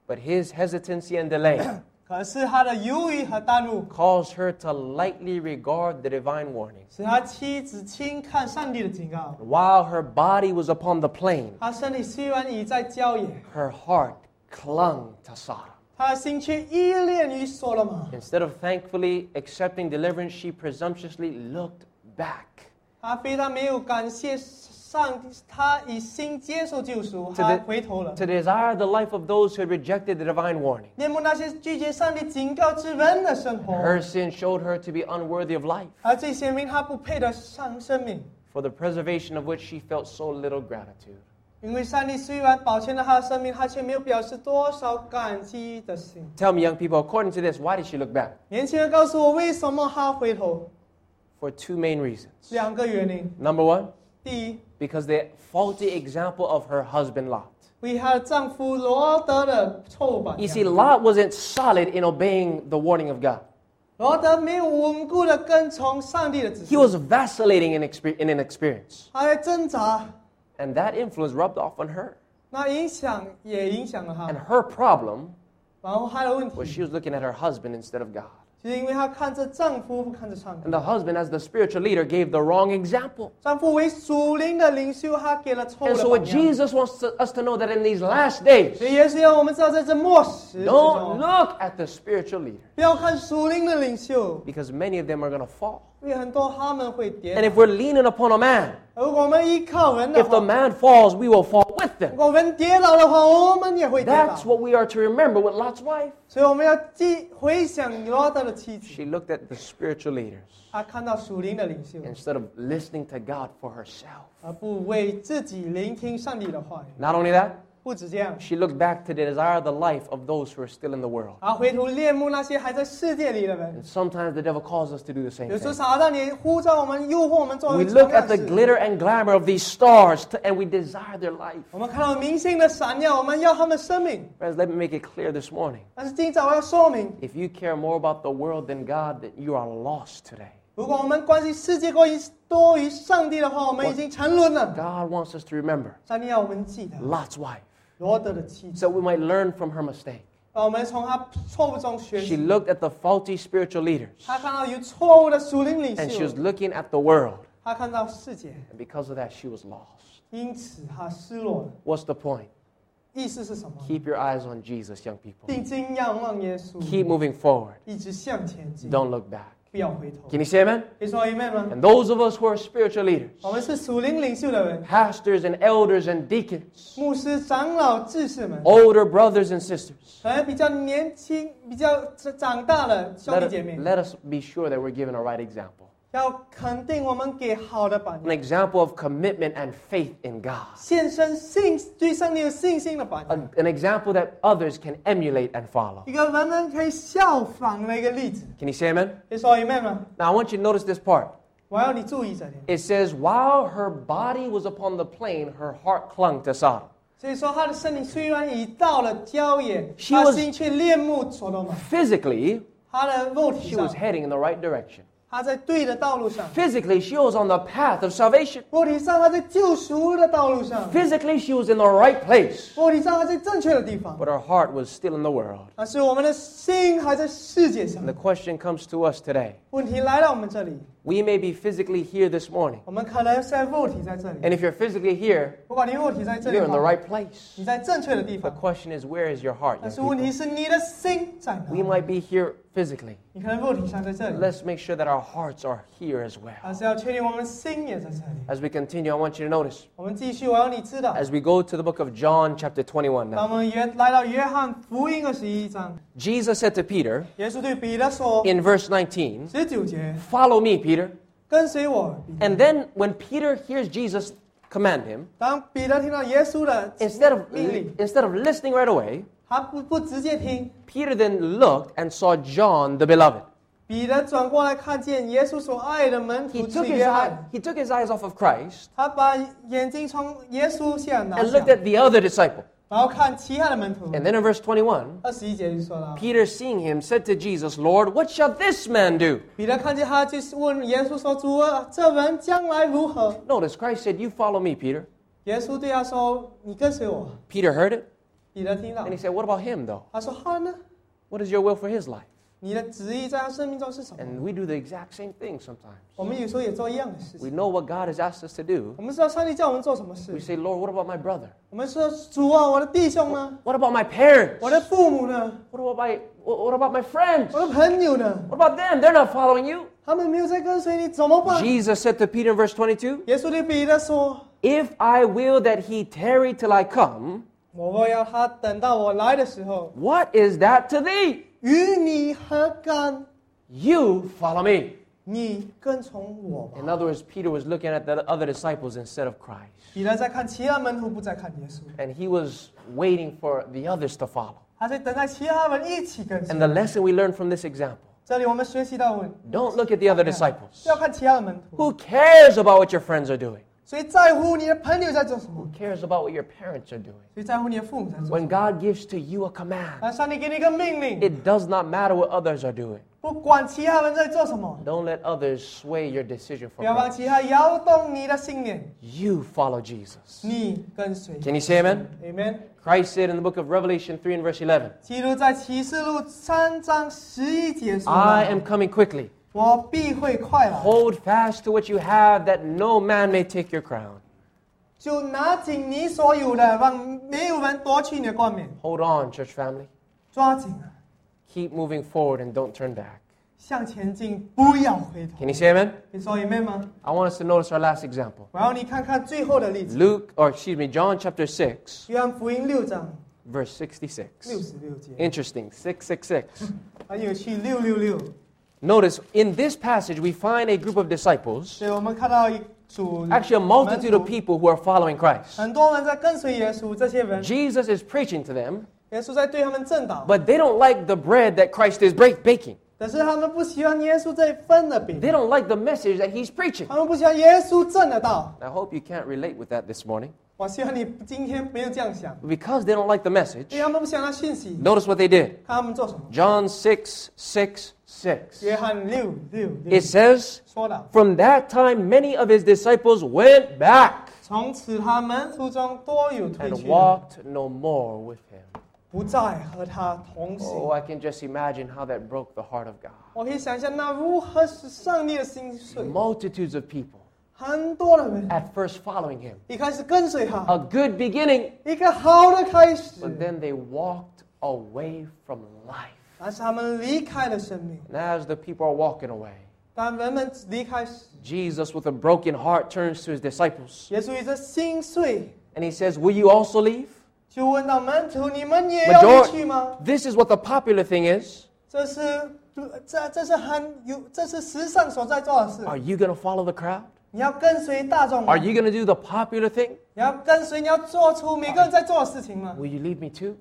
Speaker 1: But his hesitancy and delay
Speaker 2: 可是他的犹豫和耽误，
Speaker 1: caused her to lightly regard the divine warning.
Speaker 2: 使他妻子轻看上帝的警告。
Speaker 1: While her body was upon the plain,
Speaker 2: 他身体虽然已在郊野，
Speaker 1: her heart clung to Sodom.
Speaker 2: 他的心却依恋于所罗门。
Speaker 1: Instead of thankfully accepting deliverance, she presumptuously looked back
Speaker 2: 他非但没有感谢上帝，他以心接受救赎，
Speaker 1: 这
Speaker 2: 他
Speaker 1: 个
Speaker 2: 回头了，
Speaker 1: to desire the life of those who had rejected the divine warning.
Speaker 2: 恋慕那些拒绝上帝警告之人的生活。
Speaker 1: Her sin showed her to be unworthy of life.
Speaker 2: 而最显明他不配得上生命，
Speaker 1: for the preservation of which she felt so little gratitude.
Speaker 2: 因为上帝虽然保全了他的生命，他却没有表示多少感激的心。
Speaker 1: Tell me, young people, according to this, why did she look back?
Speaker 2: 年轻人告诉我，为什么他回头？
Speaker 1: For two main reasons.
Speaker 2: 两个原因：
Speaker 1: Number one,
Speaker 2: 第一，
Speaker 1: because the faulty example of her husband Lot.
Speaker 2: 为她的丈夫罗德的臭榜
Speaker 1: You see,
Speaker 2: 样。
Speaker 1: Lot wasn't solid in obeying the warning of God.
Speaker 2: 罗德没有稳固的跟从上帝的指
Speaker 1: He
Speaker 2: 示，
Speaker 1: was vacillating in, exper- in inexperience.
Speaker 2: 他在挣扎，
Speaker 1: And that influence rubbed off on her.
Speaker 2: 那影响也影响了他
Speaker 1: And。her problem
Speaker 2: 然后他的问
Speaker 1: was
Speaker 2: 题，
Speaker 1: she was looking at her husband instead of God.
Speaker 2: 就是因为她看着丈夫不看着上帝
Speaker 1: And，the husband, as the spiritual leader, gave the wrong example.
Speaker 2: 丈夫为属灵的领袖，他给了错
Speaker 1: And
Speaker 2: 误
Speaker 1: so,
Speaker 2: 的
Speaker 1: what
Speaker 2: 榜样。
Speaker 1: Jesus wants to- us to know that in these last days,
Speaker 2: 所以也是要我们知道，在这末时之
Speaker 1: don't
Speaker 2: 中，
Speaker 1: look at the spiritual leader
Speaker 2: 不要看属灵的领袖，
Speaker 1: because many of them are going to fall.
Speaker 2: 因为很多他们会
Speaker 1: And
Speaker 2: 跌
Speaker 1: if。we're leaning upon a man,
Speaker 2: 如果我们依靠人的
Speaker 1: if
Speaker 2: 话
Speaker 1: the，man falls, we will fall with
Speaker 2: 如
Speaker 1: them.
Speaker 2: 果我们跌倒的话，我们也会跌倒
Speaker 1: That's。what we are to remember with Lot's wife.
Speaker 2: 所以我们要记回想罗德的妻子，
Speaker 1: She looked at the spiritual leaders
Speaker 2: 她看到属灵的领袖，
Speaker 1: instead of listening to God for herself.
Speaker 2: 而不为自己聆听上帝的话语。
Speaker 1: Not only that,
Speaker 2: 不止这样，
Speaker 1: she looked back to the desire of the life of those who are still in the world.
Speaker 2: 而回头恋慕那些还在世界里的人。
Speaker 1: And sometimes the devil calls us to do the same
Speaker 2: 有时候
Speaker 1: thing.
Speaker 2: 撒旦你呼召我们、诱惑我们做
Speaker 1: 嗯 We
Speaker 2: 同
Speaker 1: look
Speaker 2: 样的
Speaker 1: at the
Speaker 2: 事
Speaker 1: glitter and glamour of these stars to, and we desire their life.
Speaker 2: 我们看到明星的闪耀，我们要他们生命。
Speaker 1: Friends, let me make it clear this morning.
Speaker 2: 但是今早我要说明，
Speaker 1: If you care more about the world than God, then you are lost today.
Speaker 2: 如果我们关心世界过于多于上帝的话，我们已经沉沦了。
Speaker 1: God wants us to remember
Speaker 2: 上帝要我们记得
Speaker 1: Lot's wife
Speaker 2: 罗德的妻子，
Speaker 1: 嗯 so we might learn from her mistake.
Speaker 2: 让我们从他错误中学
Speaker 1: She
Speaker 2: 习。
Speaker 1: looked at the faulty spiritual leaders
Speaker 2: 他看到有错误的属灵领
Speaker 1: and she
Speaker 2: 袖
Speaker 1: was，looking at the world.
Speaker 2: 他看到世界，
Speaker 1: And because of that, she was lost.
Speaker 2: 因此他失落了。
Speaker 1: What's the point?
Speaker 2: 意思是什么？
Speaker 1: Keep your eyes on Jesus, young people.
Speaker 2: 定睛仰望耶稣，
Speaker 1: Keep moving forward.
Speaker 2: 一直向前进，
Speaker 1: Don't look back.
Speaker 2: 不要回头。
Speaker 1: Can you say amen?
Speaker 2: 可以说 Amen 吗？
Speaker 1: And those of us who are spiritual leaders,
Speaker 2: 啊我们是属灵领袖的人。
Speaker 1: pastors and elders and deacons,
Speaker 2: 牧师、长老、志士们，
Speaker 1: older brothers and sisters,
Speaker 2: 可能比较年轻、比较长大的兄
Speaker 1: let
Speaker 2: 弟
Speaker 1: us,
Speaker 2: 姐妹，
Speaker 1: let us be sure that we're giving a right example.
Speaker 2: 要肯定我们给好的榜
Speaker 1: An
Speaker 2: 样，
Speaker 1: example of commitment and faith in God.
Speaker 2: 献身信对上帝有信心的榜
Speaker 1: A-
Speaker 2: 样，
Speaker 1: an example that others can emulate and follow.
Speaker 2: 一个人们可以效仿的一个例子。
Speaker 1: Can you say amen?
Speaker 2: 你说 Amen 吗？
Speaker 1: Now I want you to notice this part.
Speaker 2: 啊我要你注意这点。
Speaker 1: It says, while her body was upon the plain, her heart clung to Sodom.
Speaker 2: 所以说，他的身体虽然已到了郊野，
Speaker 1: She
Speaker 2: 他
Speaker 1: was-
Speaker 2: 心却恋慕所罗门。
Speaker 1: Physically,
Speaker 2: 他的肉体
Speaker 1: she
Speaker 2: 上
Speaker 1: was，heading in the right direction.
Speaker 2: 他在对的道路上；
Speaker 1: Physically, she was on the path of salvation.
Speaker 2: 肉体上，他在救赎的道路上；
Speaker 1: Physically, she was in the right place.
Speaker 2: 肉体上，他在正确的地方。
Speaker 1: But her heart was still in the world.
Speaker 2: 但是我们的心还在世界上
Speaker 1: And。the question comes to us today.
Speaker 2: 问题来到我们这里，
Speaker 1: We may be physically here this morning.
Speaker 2: 我们可能现在肉体在这里。
Speaker 1: And if you're physically here,
Speaker 2: 不管你肉体在这里
Speaker 1: you're in the
Speaker 2: 吗，
Speaker 1: right place.
Speaker 2: 你在正确的地
Speaker 1: The
Speaker 2: 方。
Speaker 1: question is, where is your heart?
Speaker 2: 但
Speaker 1: young
Speaker 2: 是问
Speaker 1: people?
Speaker 2: 题是你的心在哪
Speaker 1: We？might be here physically.
Speaker 2: 你可能肉体上在这里，
Speaker 1: Let's make sure that our hearts are here as
Speaker 2: 但
Speaker 1: well.
Speaker 2: 是要确定我们心也在这里。
Speaker 1: As we continue, I want you to notice
Speaker 2: 我们继续，我要你知道，
Speaker 1: as we go to the book of John, chapter 21.
Speaker 2: 当
Speaker 1: Now,
Speaker 2: 我们约来到约翰福音二十一章，
Speaker 1: Jesus said to Peter
Speaker 2: 耶稣对彼得说
Speaker 1: in verse 19,
Speaker 2: 十九节
Speaker 1: Follow me, Peter.
Speaker 2: 跟随我。彼得
Speaker 1: And then when Peter hears Jesus command him,
Speaker 2: 当彼得听到耶稣的
Speaker 1: instead of,
Speaker 2: 命令，
Speaker 1: instead of listening right away,
Speaker 2: 他不不直接听，
Speaker 1: Peter then looked and saw John the beloved.
Speaker 2: 彼得转过来看见耶稣所爱的门
Speaker 1: He
Speaker 2: 徒是
Speaker 1: took his,
Speaker 2: 约
Speaker 1: eye,
Speaker 2: 翰。
Speaker 1: he took his eyes off of Christ
Speaker 2: 他把眼睛从耶稣下拿
Speaker 1: and
Speaker 2: 下
Speaker 1: looked，at the other disciple.
Speaker 2: 然后看其他的门徒。
Speaker 1: And then in verse 21,
Speaker 2: 二十一节就说了，
Speaker 1: Peter, seeing him, said to Jesus, Lord, what shall this man do?
Speaker 2: 彼得看见他，就是问耶稣说：“主啊，这人将来如何
Speaker 1: Notice Christ said, You follow me, Peter.？”
Speaker 2: 耶稣对他说：“你跟随我。
Speaker 1: Peter heard it. ”
Speaker 2: 彼得听到
Speaker 1: And，he said, What about him, though?
Speaker 2: 他说：“他呢？
Speaker 1: What is your will for his life?
Speaker 2: 你的旨意在他生命中是什么
Speaker 1: And we do the exact same thing sometimes.
Speaker 2: 我们有时候也做一样的事
Speaker 1: We
Speaker 2: 情。
Speaker 1: know what God has asked us to do.
Speaker 2: 我们知道上帝叫我们做什么
Speaker 1: We
Speaker 2: 事，
Speaker 1: say, Lord, what about my brother?
Speaker 2: 我们说：“主啊，我的弟兄呢？
Speaker 1: What about my parents?
Speaker 2: 我的父母呢？
Speaker 1: What about my, what what about my friends?
Speaker 2: 我
Speaker 1: What
Speaker 2: 的朋友呢？
Speaker 1: about them? They're not following you.
Speaker 2: 他们没有在跟随你，怎么办
Speaker 1: Jesus said to Peter in verse 22,？”
Speaker 2: 耶稣对彼得说
Speaker 1: If I will that he tarry till I come,：“
Speaker 2: 我若要他等到我来的时候，
Speaker 1: what is that to thee?
Speaker 2: 与你何干？
Speaker 1: You follow me.
Speaker 2: 你跟从我吧。
Speaker 1: In other words, Peter was looking at the other disciples instead of Christ.
Speaker 2: 彼得在看其他门徒，不再看耶稣，
Speaker 1: And he was waiting for the others to follow.
Speaker 2: 他在等待其他人一起跟随
Speaker 1: And。the lesson we learned from this example
Speaker 2: 这里我们学习到问，
Speaker 1: don't look at the other disciples.
Speaker 2: 要看其他的门徒，
Speaker 1: Who cares about what your friends are doing?
Speaker 2: 谁在乎你的朋友在做什么
Speaker 1: Who？cares about what your parents are doing?
Speaker 2: 谁在乎你的父母在做什么？
Speaker 1: When God gives to you a command,
Speaker 2: 当上帝给你一个命令，
Speaker 1: it does not matter what others are doing.
Speaker 2: 不管其他人在做什么，
Speaker 1: Don't let others sway your decision for
Speaker 2: 不要让
Speaker 1: God.
Speaker 2: 其他摇动你的信念，
Speaker 1: You follow Jesus.
Speaker 2: 你跟随。
Speaker 1: Can you say amen?
Speaker 2: Amen。
Speaker 1: Christ said in the book of Revelation 3 and verse 11,
Speaker 2: 记录在启示录三章十一节说
Speaker 1: I am coming quickly.
Speaker 2: 我必会快来。
Speaker 1: Hold fast to what you have that no man may take your crown.
Speaker 2: 就拿紧你所有的，让没有人夺去你的冠冕。
Speaker 1: Hold on, church family.
Speaker 2: 抓紧啊，
Speaker 1: Keep moving forward and don't turn back.
Speaker 2: 向前进，不要回头。
Speaker 1: Can you say amen?
Speaker 2: 你说 amen 吗？
Speaker 1: I want us to notice our last example.
Speaker 2: 我要你看看最后的例子，
Speaker 1: Luke, or excuse me, John chapter 6,
Speaker 2: 约翰福音六章
Speaker 1: verse
Speaker 2: 六
Speaker 1: 66.
Speaker 2: 十六节，
Speaker 1: Interesting, 666.
Speaker 2: 很有趣，六六六。
Speaker 1: Notice in this passage, we find a group of disciples,
Speaker 2: 所以我们看到一组
Speaker 1: actually, a multitude
Speaker 2: 门
Speaker 1: of
Speaker 2: 徒
Speaker 1: people who are following Christ.
Speaker 2: 很多人在跟随耶稣，这些人，
Speaker 1: Jesus is preaching to them,
Speaker 2: 耶稣在对他们正导，
Speaker 1: but they don't like the bread that Christ is break- baking.
Speaker 2: 可是他们不喜欢耶稣这份的饼
Speaker 1: They，don't like the message that he's preaching.
Speaker 2: 他们不喜欢耶稣正的道。
Speaker 1: I hope you can't relate with that this morning.
Speaker 2: 我希望你今天不用这样想，
Speaker 1: Because they don't like the message,
Speaker 2: 因为他们不想要讯息，
Speaker 1: notice what they did.
Speaker 2: 看他们做什么。
Speaker 1: John 6, 6, 6.
Speaker 2: 约翰六六
Speaker 1: It
Speaker 2: 六
Speaker 1: says,
Speaker 2: 说了，
Speaker 1: From that time, many of his disciples went back
Speaker 2: 从此他门徒中多有退
Speaker 1: and
Speaker 2: 去的，
Speaker 1: walked no more with him.
Speaker 2: 不再和他同
Speaker 1: Oh,
Speaker 2: 行。
Speaker 1: I can just imagine how that broke the heart of God.
Speaker 2: 我可以想象那如何使上帝的心碎。
Speaker 1: Multitudes of people
Speaker 2: 很多的人
Speaker 1: at first following him.
Speaker 2: 一开始跟随他，
Speaker 1: A good beginning,
Speaker 2: 一个好的开始，
Speaker 1: but then they walked away from life.
Speaker 2: 但是他们离开了生命。
Speaker 1: And as the people are walking away,
Speaker 2: 当人们离开时，
Speaker 1: Jesus, with a broken heart, turns to his disciples
Speaker 2: 耶稣一直心碎，
Speaker 1: and he says, Will you also leave?
Speaker 2: 就问到门徒：“你们也要离去吗
Speaker 1: This is what the popular thing is.？”
Speaker 2: 这是这这是很有，这是时尚所在做的事。
Speaker 1: Are you going to follow the crowd?
Speaker 2: 你要跟随大众吗
Speaker 1: Are you going to do the popular thing?
Speaker 2: 你要跟随，你要做出每个人在做的事情吗？
Speaker 1: Will you leave me too?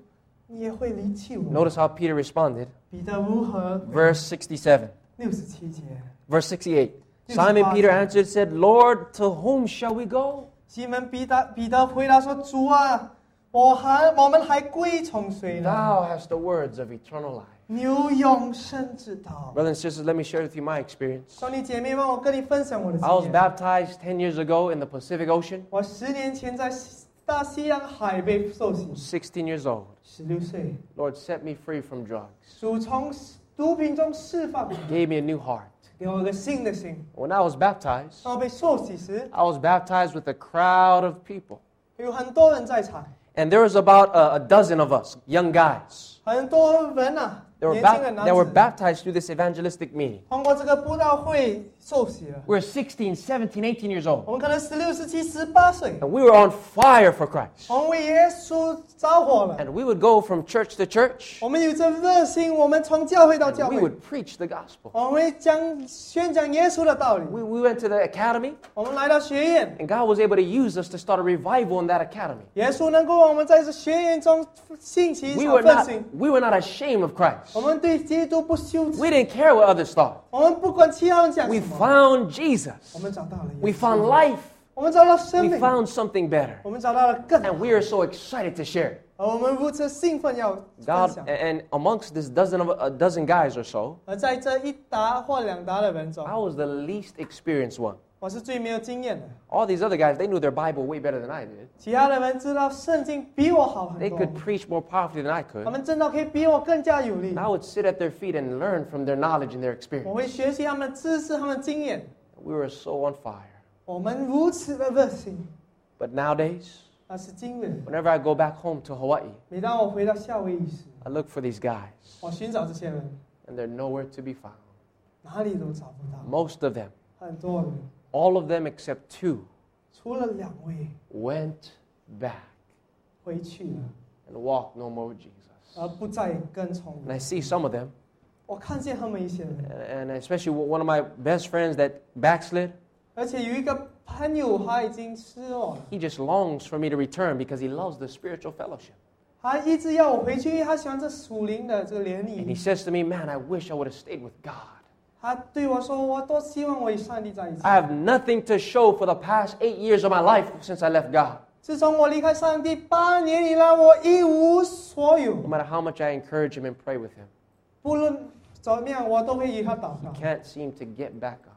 Speaker 2: 你也会离弃我。
Speaker 1: Notice how Peter responded.
Speaker 2: 彼得如何？
Speaker 1: Verse 67,
Speaker 2: 六十七节，
Speaker 1: verse 68.
Speaker 2: Yes,
Speaker 1: Simon
Speaker 2: Father.
Speaker 1: Peter answered, and said, Lord, to whom shall we go?
Speaker 2: 西门彼得彼得回答说：“主啊，我还我们还归从谁呢？
Speaker 1: Thou hast the words of eternal life.
Speaker 2: 你有永生之道。
Speaker 1: Brothers and sisters, let me share with you my experience.
Speaker 2: 兄弟姐妹，让我跟你分享我的
Speaker 1: I was
Speaker 2: 经验。
Speaker 1: baptized 10 years ago in the Pacific Ocean,
Speaker 2: 我十年前在西大西洋海被受洗，
Speaker 1: 16 years old.
Speaker 2: 十六岁，
Speaker 1: Lord set me free from drugs,
Speaker 2: 主从毒品中释放我，
Speaker 1: gave me a new heart.
Speaker 2: 给我一个新的心。
Speaker 1: When I was baptized,
Speaker 2: 当我被受洗时，
Speaker 1: I was baptized with a crowd of people.
Speaker 2: 有很多人在场，
Speaker 1: And there was about a, a dozen of us, young guys,
Speaker 2: 很多人啊，
Speaker 1: that
Speaker 2: 年
Speaker 1: were,
Speaker 2: 轻的
Speaker 1: bap- that were
Speaker 2: 男子。
Speaker 1: baptized through this evangelistic meeting.
Speaker 2: 通过这个布道会受洗了。
Speaker 1: We were 16, 17, 18 years
Speaker 2: 我
Speaker 1: old.
Speaker 2: 们可能十六、十七、十八岁，
Speaker 1: And we were on fire for Christ.
Speaker 2: 我们为耶稣着火了。
Speaker 1: And we would go from church to church.
Speaker 2: 我们有着热心，我们从教会到
Speaker 1: and
Speaker 2: 教
Speaker 1: we
Speaker 2: 会，
Speaker 1: would preach the gospel.
Speaker 2: 我们会将宣讲耶稣的道理。
Speaker 1: We, we went to the academy,
Speaker 2: 我们来到学院，
Speaker 1: and God was able to use us to start a revival in that academy.
Speaker 2: 耶稣能够让我们在这学院中信息
Speaker 1: We
Speaker 2: 和
Speaker 1: were
Speaker 2: 奋醒。
Speaker 1: not, we were not ashamed of Christ.
Speaker 2: 我们对基督不羞耻，
Speaker 1: We didn't care what others thought.
Speaker 2: 我们不管其他人讲
Speaker 1: We
Speaker 2: 什么，
Speaker 1: found Jesus.
Speaker 2: 我们找到了耶稣
Speaker 1: We found life.
Speaker 2: 我们找到生
Speaker 1: We
Speaker 2: 命，
Speaker 1: found something better.
Speaker 2: 我们找到了更好
Speaker 1: And，we are so excited to share it.
Speaker 2: 而我们如此兴奋要分
Speaker 1: God,
Speaker 2: 享
Speaker 1: and。and amongst this dozen of a dozen guys or so,
Speaker 2: 而在这一打或两打的人中
Speaker 1: I，was the least experienced one.
Speaker 2: 我是最没有经验的。
Speaker 1: All these other guys, they knew their Bible way better than I did.
Speaker 2: 其他的人知道圣经比我好
Speaker 1: They
Speaker 2: 很
Speaker 1: could
Speaker 2: 多，
Speaker 1: preach more powerfully than I
Speaker 2: 他
Speaker 1: could.
Speaker 2: 们真的可以比我更加有力
Speaker 1: And。I would sit at their feet and learn from their knowledge and their
Speaker 2: 我
Speaker 1: experience.
Speaker 2: 会学习他们的知识，他们的经验。
Speaker 1: We were so on fire.
Speaker 2: 我们如此的热心，
Speaker 1: But nowadays,
Speaker 2: 那是惊人。
Speaker 1: whenever I go back home to Hawaii,
Speaker 2: 每当我回到夏威夷时，
Speaker 1: I look for these guys,
Speaker 2: 我寻找这些人，
Speaker 1: and they're nowhere to be found.
Speaker 2: 哪里都找不到。
Speaker 1: Most of them,
Speaker 2: 很多人，
Speaker 1: all of them except two,
Speaker 2: 除了两位
Speaker 1: went back
Speaker 2: 回去了，
Speaker 1: and walked no more with Jesus.
Speaker 2: 而不再跟从
Speaker 1: And I
Speaker 2: 我。
Speaker 1: see some of them
Speaker 2: 我看见他们一些人，
Speaker 1: And especially one of my best friends that backslid,
Speaker 2: 而且有一个朋友他已经失落了，
Speaker 1: he just longs for me to return because he loves the spiritual fellowship.
Speaker 2: 他一直要我回去，因为他喜欢这属灵的这个联
Speaker 1: And he
Speaker 2: 谊。
Speaker 1: says to me, Man, I wish I would have stayed with God.
Speaker 2: 他对我说：“我多希望我与上帝在一起。
Speaker 1: I have nothing to show for the past eight years of my life since I left God.
Speaker 2: 自从我离开上帝八年以来，我一无所有
Speaker 1: No。matter how much I encourage him and pray with him,
Speaker 2: 不论怎么样，我都会与他祷告
Speaker 1: he。can't seem to get back up.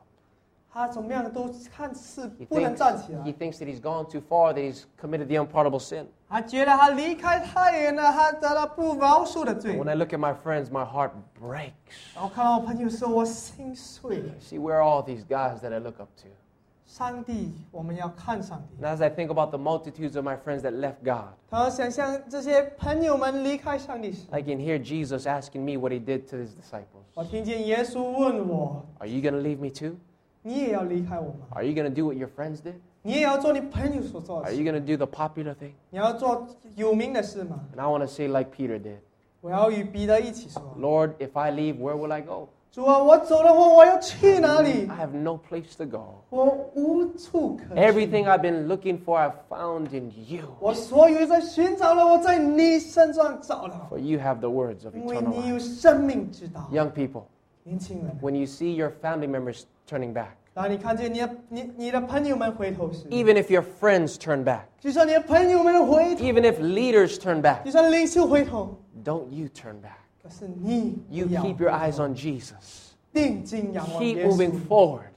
Speaker 2: 他怎么样都看似
Speaker 1: He
Speaker 2: 不能
Speaker 1: thinks,
Speaker 2: 站起
Speaker 1: he
Speaker 2: 来。
Speaker 1: thinks that he's gone too far, that he's committed the unpardonable sin.
Speaker 2: 他觉得他离开太远了，他得了不饶恕的罪
Speaker 1: And。when I look at my friends, my heart breaks.
Speaker 2: 然后看到我朋友说，我心碎了
Speaker 1: I。see where are all these guys that I look up to.
Speaker 2: 上帝，我们要看上帝
Speaker 1: And。as I think about the multitudes of my friends that left God,
Speaker 2: 然后想象这些朋友们离开上帝时，
Speaker 1: I can hear Jesus asking me what he did to his disciples.
Speaker 2: 我听见耶稣问我
Speaker 1: Are you going to leave me too?：“
Speaker 2: 你也要离开我吗？
Speaker 1: Are you going to do what your friends did?
Speaker 2: 你也要做你朋友所做的
Speaker 1: Are
Speaker 2: 事
Speaker 1: you going to do the popular thing?
Speaker 2: 你要做有名的事吗
Speaker 1: And I want to say, like Peter did,？”
Speaker 2: 我要与彼得一起说
Speaker 1: Lord, if I leave, where will I go?：“
Speaker 2: 主啊，我走了后，我要去哪里
Speaker 1: I？have no place to go.
Speaker 2: 我无处可去。
Speaker 1: Everything I've been looking for, I found in you.
Speaker 2: 我所有在寻找了，我在你身上找了，
Speaker 1: For you have the words of
Speaker 2: 因为
Speaker 1: eternal
Speaker 2: 你
Speaker 1: life.
Speaker 2: 有生命之道。
Speaker 1: Young people,
Speaker 2: 年轻人，
Speaker 1: when you see your family members turning back,
Speaker 2: 当你看见你的你你的朋友们回头时，
Speaker 1: even if your friends turn back,
Speaker 2: 就算你的朋友们回头，
Speaker 1: even if leaders turn back,
Speaker 2: 就算领袖回头，
Speaker 1: don't you turn back.
Speaker 2: 可是你
Speaker 1: You
Speaker 2: 不要
Speaker 1: keep your eyes on Jesus.
Speaker 2: 定睛仰望
Speaker 1: Keep
Speaker 2: 耶
Speaker 1: moving
Speaker 2: 稣，
Speaker 1: forward.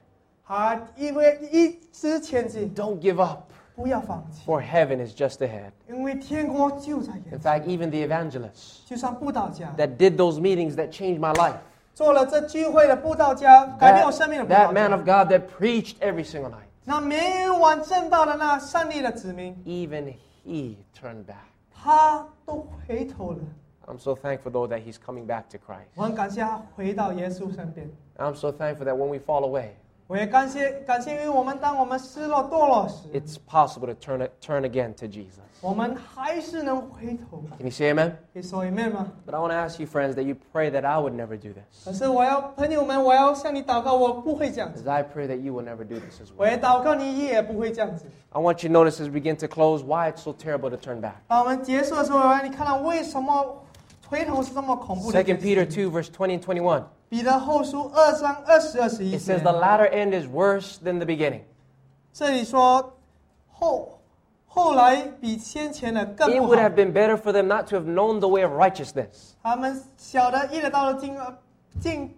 Speaker 2: 他因为一直前进，
Speaker 1: Don't give up,
Speaker 2: 不要放弃，
Speaker 1: for heaven is just ahead.
Speaker 2: 因为天国就在眼
Speaker 1: In
Speaker 2: 前。
Speaker 1: fact, even the evangelists
Speaker 2: 就像布道家
Speaker 1: that did those meetings that changed my life,
Speaker 2: 做了这聚会的布道家，改变我生命的
Speaker 1: that,
Speaker 2: 布道
Speaker 1: that man
Speaker 2: 家，
Speaker 1: of God that preached every single night,
Speaker 2: 那没完正道的那上帝的子民，
Speaker 1: even he turned back.
Speaker 2: 他都回头了。
Speaker 1: I'm so thankful, though, that he's coming back to Christ.
Speaker 2: 我很感谢他回到耶稣身边，
Speaker 1: I'm so thankful that when we fall away,
Speaker 2: 我也感谢感谢，因为我们当我们失落堕落时，
Speaker 1: it's possible to turn, turn again to Jesus.
Speaker 2: 我们还是能回头。
Speaker 1: Can you say amen?
Speaker 2: 可以说一面吗？
Speaker 1: But I want to ask you, friends, that you pray that I would never do
Speaker 2: 可
Speaker 1: this.
Speaker 2: 是我要朋友们，我要向你祷告，我不会这样子。
Speaker 1: As I pray that you will never do this as
Speaker 2: 我
Speaker 1: well.
Speaker 2: 也祷告你也不会这样子。
Speaker 1: I want you to notice as we begin to close why it's so terrible to turn back.
Speaker 2: 当我们结束的时候，你看到为什么回头是这么恐怖的一件
Speaker 1: Second
Speaker 2: 事？
Speaker 1: Peter 2, verse 20 and 21.
Speaker 2: 彼得后书二章二十二十一
Speaker 1: It
Speaker 2: 节
Speaker 1: says, The，latter end is worse than the beginning.
Speaker 2: 这里说后后来比先前的更
Speaker 1: It
Speaker 2: 不
Speaker 1: would
Speaker 2: 好
Speaker 1: have。been better for them not to have known the way of righteousness,
Speaker 2: 他们晓得一得到了进了进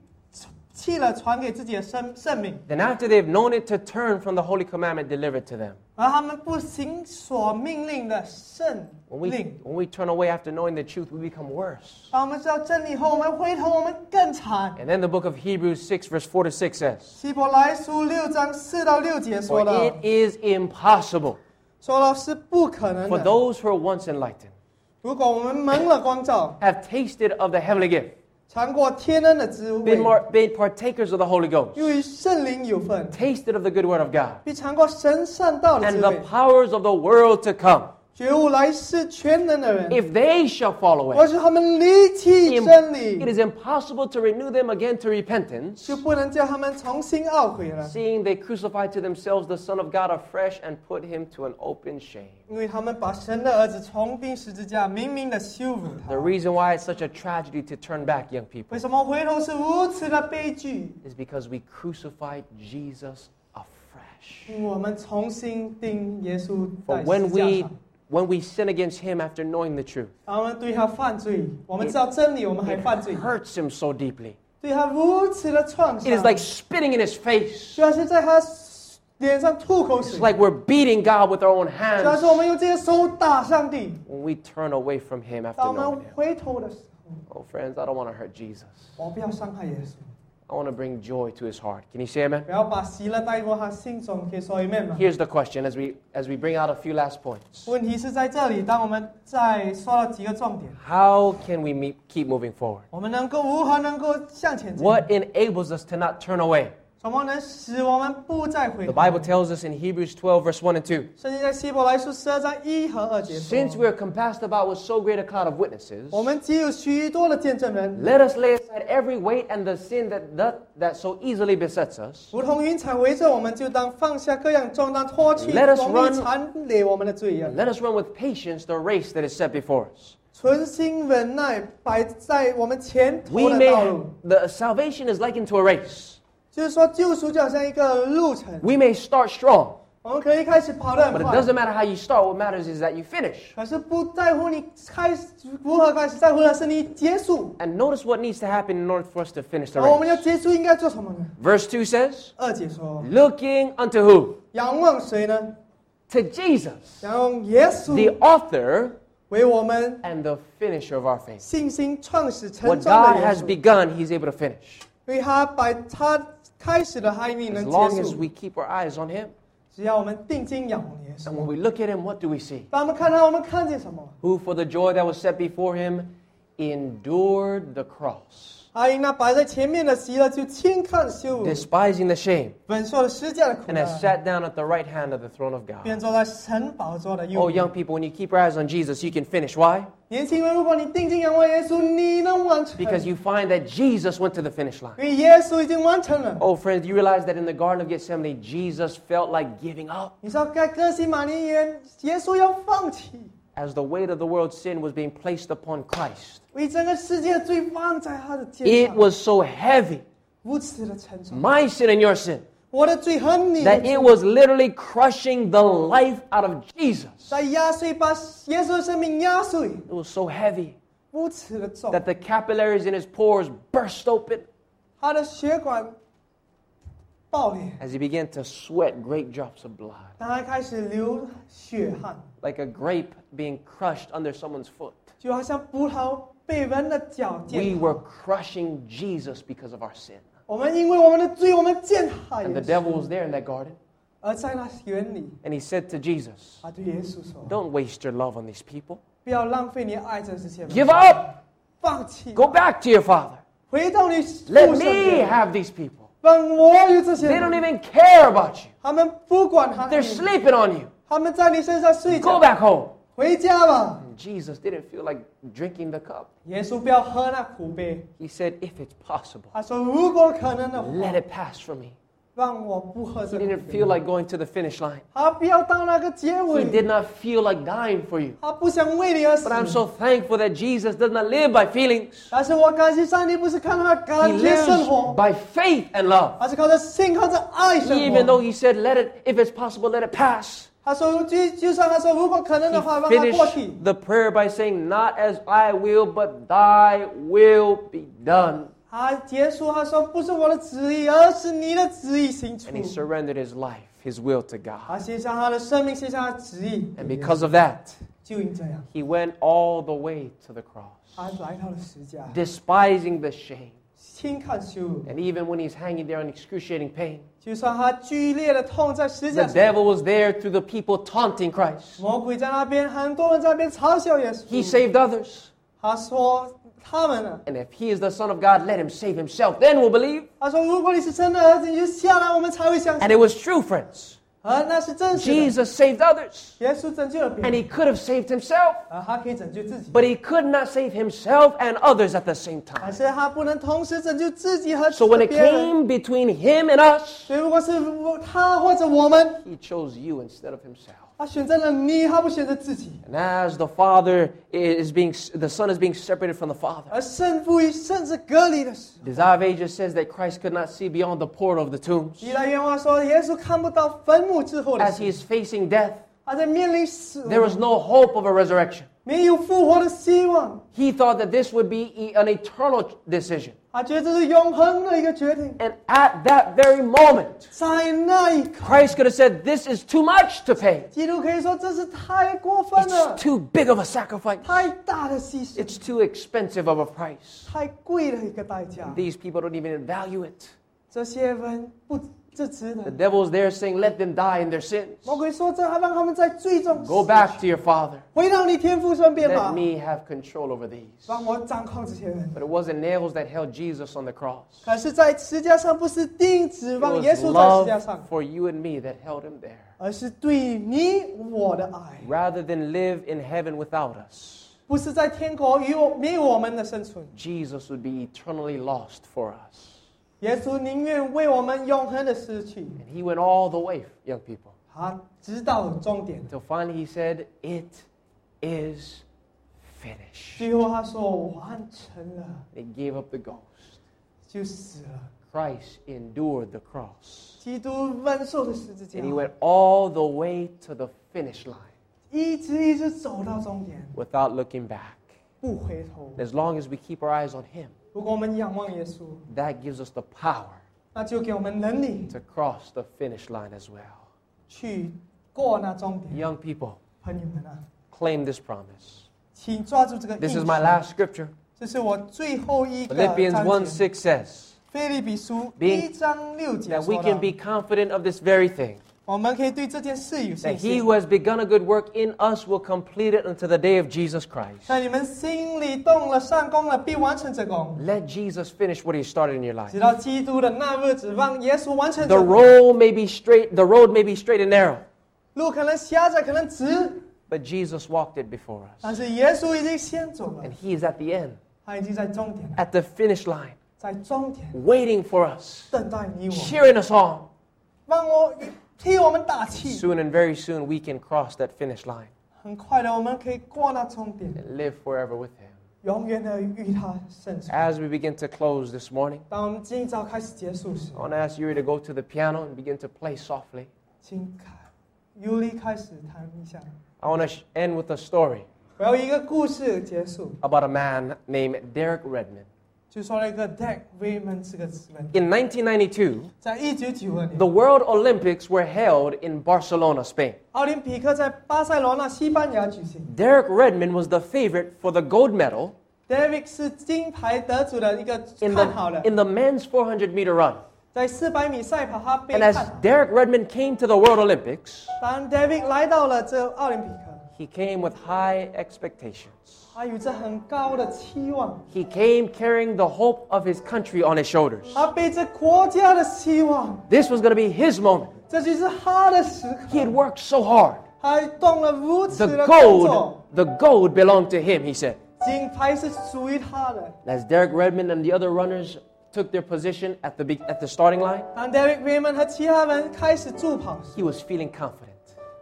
Speaker 2: 弃了传给自己的生生命，
Speaker 1: than after they have known it to turn from the holy commandment delivered to them.
Speaker 2: 而他们不行所命令的圣
Speaker 1: When we,
Speaker 2: 令。
Speaker 1: when we turn away after knowing the truth, we become worse.
Speaker 2: 当我们知道真理后，我们回头，我们更惨。
Speaker 1: And then the book of Hebrews 6, verse 4 to 6 says,
Speaker 2: 希伯来书六章四到六节说
Speaker 1: For
Speaker 2: 了
Speaker 1: it，is impossible
Speaker 2: 说了是不可能
Speaker 1: for
Speaker 2: 的。
Speaker 1: those who are once enlightened,
Speaker 2: 如果我们蒙了光照，
Speaker 1: have tasted of the heavenly gift,
Speaker 2: 尝过天恩的滋
Speaker 1: been,
Speaker 2: 味，
Speaker 1: mar- been partakers of the Holy Ghost,
Speaker 2: 又与圣灵有份，
Speaker 1: tasted of the good word of God,
Speaker 2: 并尝过神善道的
Speaker 1: and
Speaker 2: 滋
Speaker 1: the
Speaker 2: 味，
Speaker 1: powers of the world to come,
Speaker 2: 觉悟来世全能的人，
Speaker 1: if they shall fall
Speaker 2: 而
Speaker 1: away,
Speaker 2: 是他们离弃
Speaker 1: im- it
Speaker 2: 真理，
Speaker 1: is impossible to renew them again to repentance,
Speaker 2: 就不能叫他们重新懊悔了，
Speaker 1: seeing they crucified to themselves the Son of God afresh and put him to an open shame.
Speaker 2: 因为他们把神的儿子重钉十字架，明明的羞辱
Speaker 1: The
Speaker 2: 他。
Speaker 1: reason why it's such a tragedy to turn back, young
Speaker 2: 为
Speaker 1: people,
Speaker 2: 什么回头是如此的悲剧？
Speaker 1: is because we crucified Jesus afresh.
Speaker 2: 因为我们重新钉耶稣
Speaker 1: For
Speaker 2: 在
Speaker 1: when
Speaker 2: 十字架
Speaker 1: we
Speaker 2: 上。
Speaker 1: when we sin against him after knowing the truth,
Speaker 2: 他们对他犯罪，我们知道真理，我们还
Speaker 1: it
Speaker 2: 犯罪，
Speaker 1: hurts him so deeply.
Speaker 2: 对他如此的创
Speaker 1: It is
Speaker 2: 伤，
Speaker 1: like spitting in his face.
Speaker 2: 虽然是在他脸上吐口
Speaker 1: It's
Speaker 2: 水，
Speaker 1: like we're beating God with our own
Speaker 2: 虽然
Speaker 1: hands
Speaker 2: 说我们用这些手打上帝，
Speaker 1: when we turn away from him after
Speaker 2: 当我
Speaker 1: knowing
Speaker 2: 们
Speaker 1: him.
Speaker 2: 回头的时候，
Speaker 1: Oh, friends, I don't want to hurt Jesus.
Speaker 2: 我不要伤害耶稣，
Speaker 1: I want to bring joy to his heart. Can you say amen?
Speaker 2: 不要把喜乐带过他心中，可以说 amen 吗？
Speaker 1: Here's the question as we as we bring out a few last points.
Speaker 2: 问题是在这里，当我们再说了几个重点，
Speaker 1: How can we meet, keep moving forward?
Speaker 2: 我们能够如何能够向前进？
Speaker 1: What enables us to not turn away?
Speaker 2: 怎么能使我们不再回
Speaker 1: The
Speaker 2: 头？
Speaker 1: Bible tells us in Hebrews 12, verse 1 and 2.
Speaker 2: 圣经在希伯来书十二章一和二节
Speaker 1: Since
Speaker 2: 说
Speaker 1: we are compassed about with so great a cloud of witnesses,
Speaker 2: 我们既有许多的见证人，
Speaker 1: let us lay aside every weight and the sin that, that, that so easily besets us.
Speaker 2: 如同云彩围着我们，就当放下各样重担，脱去
Speaker 1: Let us
Speaker 2: 容易
Speaker 1: run-
Speaker 2: 缠累我们的罪恶
Speaker 1: And，let us run with patience the race that is set before us.
Speaker 2: 存心忍耐，摆在我们前途
Speaker 1: We
Speaker 2: 的
Speaker 1: may
Speaker 2: 道路。
Speaker 1: the salvation is likened to a race.
Speaker 2: 就是说，救赎就好像一个路程，
Speaker 1: We may start strong,
Speaker 2: 我们可以开始跑得
Speaker 1: but
Speaker 2: 很
Speaker 1: it
Speaker 2: 快，
Speaker 1: doesn't matter how you start. What matters is that you finish.
Speaker 2: 可是不在乎你开始如何开始，在乎的是你结束。
Speaker 1: And notice what needs to happen in order for us to finish the
Speaker 2: 而我们要
Speaker 1: race.
Speaker 2: 结束应该做什么呢？
Speaker 1: Verse 2 says,
Speaker 2: 二姐
Speaker 1: 嗯
Speaker 2: 说
Speaker 1: Looking unto who?：“
Speaker 2: 仰望谁呢？
Speaker 1: To Jesus,
Speaker 2: 仰望耶稣
Speaker 1: the author
Speaker 2: 为我们
Speaker 1: and the finisher of our faith.
Speaker 2: 信心创始成
Speaker 1: What
Speaker 2: 长
Speaker 1: God
Speaker 2: 的耶
Speaker 1: has
Speaker 2: 稣，
Speaker 1: begun, He's able to finish.
Speaker 2: 因为他把他开始的他一定
Speaker 1: As
Speaker 2: 能
Speaker 1: long
Speaker 2: 结
Speaker 1: as
Speaker 2: 束。
Speaker 1: we keep our eyes on Him.
Speaker 2: 只要我们定睛仰望耶
Speaker 1: And
Speaker 2: 稣，
Speaker 1: when we look at Him, what do we see?
Speaker 2: 当我们看他，我们看见什么？
Speaker 1: Who, for the joy that was set before Him, endured the cross,
Speaker 2: 阿英那摆在前面的席了，就轻看羞辱，
Speaker 1: despising the shame,
Speaker 2: 忍受了施加的苦
Speaker 1: and has
Speaker 2: 难，
Speaker 1: sat down at the right hand of the throne of God.
Speaker 2: 便坐在神宝座的右
Speaker 1: Oh,
Speaker 2: 边
Speaker 1: young people, when you keep your eyes on Jesus, you can finish. Why?
Speaker 2: 年轻人，如果你定睛仰望耶稣，你能完成，
Speaker 1: Because
Speaker 2: 因
Speaker 1: you find that Jesus went to the finish line.
Speaker 2: 为耶稣已经完成了。
Speaker 1: Oh, friends, you realize that in the Garden of Gethsemane, Jesus felt like giving up
Speaker 2: 你知道，在哥西马尼园，耶稣要放弃，
Speaker 1: as the weight of the world's sin was being placed upon Christ.
Speaker 2: 为整个世界的罪放在他的肩
Speaker 1: It
Speaker 2: 上，
Speaker 1: was so heavy,
Speaker 2: 如此的沉重。
Speaker 1: my sin and your sin,
Speaker 2: 我的罪和你的
Speaker 1: that it
Speaker 2: 罪，
Speaker 1: was literally crushing the life out of Jesus.
Speaker 2: 在压碎，把耶稣的生命压碎，
Speaker 1: It was so heavy
Speaker 2: 如此的重，
Speaker 1: that the capillaries in his pores burst open
Speaker 2: 他的血管爆裂，
Speaker 1: as he began to sweat great drops of blood,
Speaker 2: 当他开始流血汗，
Speaker 1: like a grape being crushed under someone's foot.
Speaker 2: 就好像葡萄被人的脚
Speaker 1: We
Speaker 2: 践踏。
Speaker 1: were crushing Jesus because of our sin.
Speaker 2: 我们因为我们的罪，我们践踏
Speaker 1: And
Speaker 2: 耶
Speaker 1: the
Speaker 2: 稣。
Speaker 1: devil was there in that garden,
Speaker 2: 而在那园里，
Speaker 1: and he said to Jesus,
Speaker 2: 他对耶稣说
Speaker 1: Don't waste your love on these people.：“
Speaker 2: 不要浪费你爱这些人，
Speaker 1: Give up.
Speaker 2: 放弃，
Speaker 1: Go back to your father.
Speaker 2: 回到你父
Speaker 1: Let
Speaker 2: 上
Speaker 1: me
Speaker 2: 面，
Speaker 1: have these people.
Speaker 2: 让我有这些
Speaker 1: They don't
Speaker 2: 人。
Speaker 1: even care about you.
Speaker 2: 他们不管他
Speaker 1: They're
Speaker 2: 们，
Speaker 1: sleeping on you.
Speaker 2: 他们在你身上睡
Speaker 1: Go
Speaker 2: 觉，
Speaker 1: back home.
Speaker 2: 回家吧。
Speaker 1: And Jesus didn't feel like drinking the cup. ”
Speaker 2: 耶稣不要喝那苦杯，
Speaker 1: He said, If it's possible,
Speaker 2: 他说：“如果可能的话，
Speaker 1: let it pass from me.
Speaker 2: 让我不喝
Speaker 1: He
Speaker 2: 这苦
Speaker 1: didn't
Speaker 2: 杯。
Speaker 1: feel like going to the finish line. ”
Speaker 2: 他不要到那个结
Speaker 1: He
Speaker 2: 尾，
Speaker 1: did not feel like dying for you.
Speaker 2: 他不想为你而死
Speaker 1: But。I'm so thankful that Jesus does not live by feelings,
Speaker 2: 但是我感谢上帝，不是看他
Speaker 1: He
Speaker 2: 感觉生
Speaker 1: lives
Speaker 2: 活，
Speaker 1: by faith and love.
Speaker 2: 而是靠着信，靠着爱生
Speaker 1: Even
Speaker 2: 活
Speaker 1: though。he said, let it, if it's possible, let it pass.
Speaker 2: 他说，就就算他说如果可能
Speaker 1: He
Speaker 2: 的话，让他过去
Speaker 1: finished。the prayer by saying, not as I will, but thy will be done.
Speaker 2: 他结束，他说不是我的旨意，而是你的旨意行出
Speaker 1: And。he surrendered his life, his will to God.
Speaker 2: 他写下他的生命，写下他的旨意。
Speaker 1: And because of that,
Speaker 2: 就因这样，
Speaker 1: he went all the way to the cross,
Speaker 2: 他来到了十架，
Speaker 1: despising the shame.
Speaker 2: 轻看羞辱。
Speaker 1: And even when he's hanging there in excruciating pain,
Speaker 2: 就算他剧烈的痛在十
Speaker 1: the
Speaker 2: 架上，
Speaker 1: devil was there through the people taunting Christ.
Speaker 2: 魔鬼在那边，很多人在那边嘲笑耶
Speaker 1: He
Speaker 2: 稣。
Speaker 1: saved others.
Speaker 2: 他说他们呢？
Speaker 1: And if he is the Son of God, let him save himself. Then we'll believe.
Speaker 2: 他说如果你是真的儿子，你就下来，我们才会相
Speaker 1: And
Speaker 2: 信。
Speaker 1: it was true, friends.
Speaker 2: 而那是真实的。
Speaker 1: Jesus saved others.
Speaker 2: 耶稣拯救了别
Speaker 1: And
Speaker 2: 人，
Speaker 1: he could have saved himself.
Speaker 2: 而他可以拯救自己，
Speaker 1: But he could not save himself and others at the same time.
Speaker 2: 但是他不能同时拯救自己和
Speaker 1: So when it
Speaker 2: 别人。
Speaker 1: came between him and us,
Speaker 2: 所以，如果是我他或者我们，
Speaker 1: he chose you instead of himself.
Speaker 2: 他选择了你，他不选择自己。
Speaker 1: And as the Father is being, the Son is being separated from the Father.
Speaker 2: 而胜负与甚至隔离的时候，
Speaker 1: Desire of Ages says that Christ could not see beyond the portal of the tombs.
Speaker 2: 希腊愿望说，耶稣看不到坟墓之后的
Speaker 1: As
Speaker 2: 事
Speaker 1: he is facing death,
Speaker 2: 他在面临死
Speaker 1: there
Speaker 2: 亡，
Speaker 1: was no hope of a resurrection.
Speaker 2: 没有复活的希望。
Speaker 1: He thought that this would be e- an eternal decision.
Speaker 2: 他觉得这是永恒的一个决定。
Speaker 1: And at that very moment,
Speaker 2: 在那一刻，
Speaker 1: Christ could have said, This is too much to pay.
Speaker 2: 基督可以说这是太过分了
Speaker 1: It's，too big of a sacrifice.
Speaker 2: 太大的牺牲，
Speaker 1: It's too expensive of a price.
Speaker 2: 太贵的一个代价。
Speaker 1: These people don't even value it.
Speaker 2: 这些人不这值
Speaker 1: The
Speaker 2: 得。
Speaker 1: devil's there saying, Let them die in their sins.
Speaker 2: 魔鬼说：“这还让他们在最终
Speaker 1: Go back to your father.
Speaker 2: 回到你天父身边吧
Speaker 1: Let，me have control over these.
Speaker 2: 让我掌控这些人。
Speaker 1: But it wasn't nails that held Jesus on the cross. ”
Speaker 2: 可是，在十字架上不是钉子
Speaker 1: It
Speaker 2: 让耶
Speaker 1: was
Speaker 2: 稣在十字架上
Speaker 1: love，for you and me that held him there.
Speaker 2: 而是对你我的爱，
Speaker 1: Rather than live in heaven without us,
Speaker 2: 不是在天国与我没有我们的生存。
Speaker 1: Jesus would be eternally lost for us.
Speaker 2: 耶稣宁愿为我们永恒的失去，
Speaker 1: And he went all the way, young people,
Speaker 2: 他直到终点。
Speaker 1: until finally he said, It is finished.
Speaker 2: 最后他说：“我完成了，
Speaker 1: He gave up the ghost.
Speaker 2: 就死了。
Speaker 1: Christ endured the cross. ”
Speaker 2: 基督忍受的十字架
Speaker 1: And he，went all the way to the finish line
Speaker 2: 一直一直走到终点，
Speaker 1: without looking back.
Speaker 2: 不回头
Speaker 1: And。As long as we keep our eyes on him,
Speaker 2: 如果我们仰望耶稣，
Speaker 1: that gives us the power
Speaker 2: 那就给我们能力
Speaker 1: to cross the finish line as well.
Speaker 2: 去过那终点。
Speaker 1: Young people,
Speaker 2: 朋友们啊，
Speaker 1: claim this promise.
Speaker 2: 请抓住这个应
Speaker 1: This
Speaker 2: 许
Speaker 1: is my last scripture.
Speaker 2: 这是我最后一个
Speaker 1: Philippians
Speaker 2: 章
Speaker 1: 1
Speaker 2: 节。
Speaker 1: 6 says
Speaker 2: 菲利比书
Speaker 1: Being-
Speaker 2: 一章六节
Speaker 1: that we
Speaker 2: 说
Speaker 1: can be
Speaker 2: 的，
Speaker 1: confident of this very thing
Speaker 2: 我们可以对这件事有
Speaker 1: that he
Speaker 2: 信心
Speaker 1: who。has begun a good work in us will complete it until the day of Jesus Christ.
Speaker 2: 那你们心里动了善功了，必完成这功。
Speaker 1: Let Jesus finish what he started in your life.
Speaker 2: 直到基督的那日子，让耶稣完成这
Speaker 1: The
Speaker 2: 功
Speaker 1: road may be straight, the road may be straight and narrow,
Speaker 2: 路可能狭窄，可能直，
Speaker 1: but Jesus walked it before us.
Speaker 2: 但是耶稣已经先走了
Speaker 1: And，he is at the end,
Speaker 2: 他已经在终点了，
Speaker 1: at the finish line,
Speaker 2: 在终点
Speaker 1: waiting for us,
Speaker 2: 等待你我，
Speaker 1: cheering us on.
Speaker 2: 让我替我们打气。
Speaker 1: Soon and very soon we can cross that finish line
Speaker 2: 很快的，我们可以过那终点，
Speaker 1: and live forever with him.
Speaker 2: 永远的与他生存。
Speaker 1: As we begin to close this morning,
Speaker 2: 当我们今早开始结束时
Speaker 1: I，want to ask Yuri to go to the piano and begin to play softly.
Speaker 2: 请开，尤里开始弹一下。
Speaker 1: I want to end with a story
Speaker 2: 我要一个故事结束，
Speaker 1: about a man named Derek Redmond.
Speaker 2: 就说了一个 Deck Raymond 这个词人。
Speaker 1: In 1992,
Speaker 2: 在一九九二
Speaker 1: the
Speaker 2: 年，
Speaker 1: World Olympics were held in Barcelona, Spain.
Speaker 2: 奥林匹克在巴塞罗那西班牙举行。
Speaker 1: Derek Redmond was the favorite for the gold medal
Speaker 2: David 是金牌得主的一个
Speaker 1: in
Speaker 2: 看好
Speaker 1: the,
Speaker 2: 了，
Speaker 1: in the men's 400 meter run.
Speaker 2: 在四百米赛跑他被
Speaker 1: And
Speaker 2: 看
Speaker 1: as
Speaker 2: 好。
Speaker 1: Derek Redmond came to the World Olympics,
Speaker 2: 当 David 来到了这奥林匹克，
Speaker 1: he came with high expectations.
Speaker 2: 他有着很高的期望，
Speaker 1: He came carrying the hope of his country on his shoulders.
Speaker 2: 他背着国家的希望，
Speaker 1: This was going to be his moment.
Speaker 2: 这就是他的时
Speaker 1: He
Speaker 2: 刻
Speaker 1: had。worked so hard.
Speaker 2: 他动了如此
Speaker 1: The
Speaker 2: 的工作
Speaker 1: gold,，the gold belonged to him, he said.
Speaker 2: 金牌是属于他的。
Speaker 1: As Derek Redmond and the other runners took their position at the, be- at the starting line,
Speaker 2: 当 David Raymond 和其他人开始助跑时，
Speaker 1: he was feeling confident.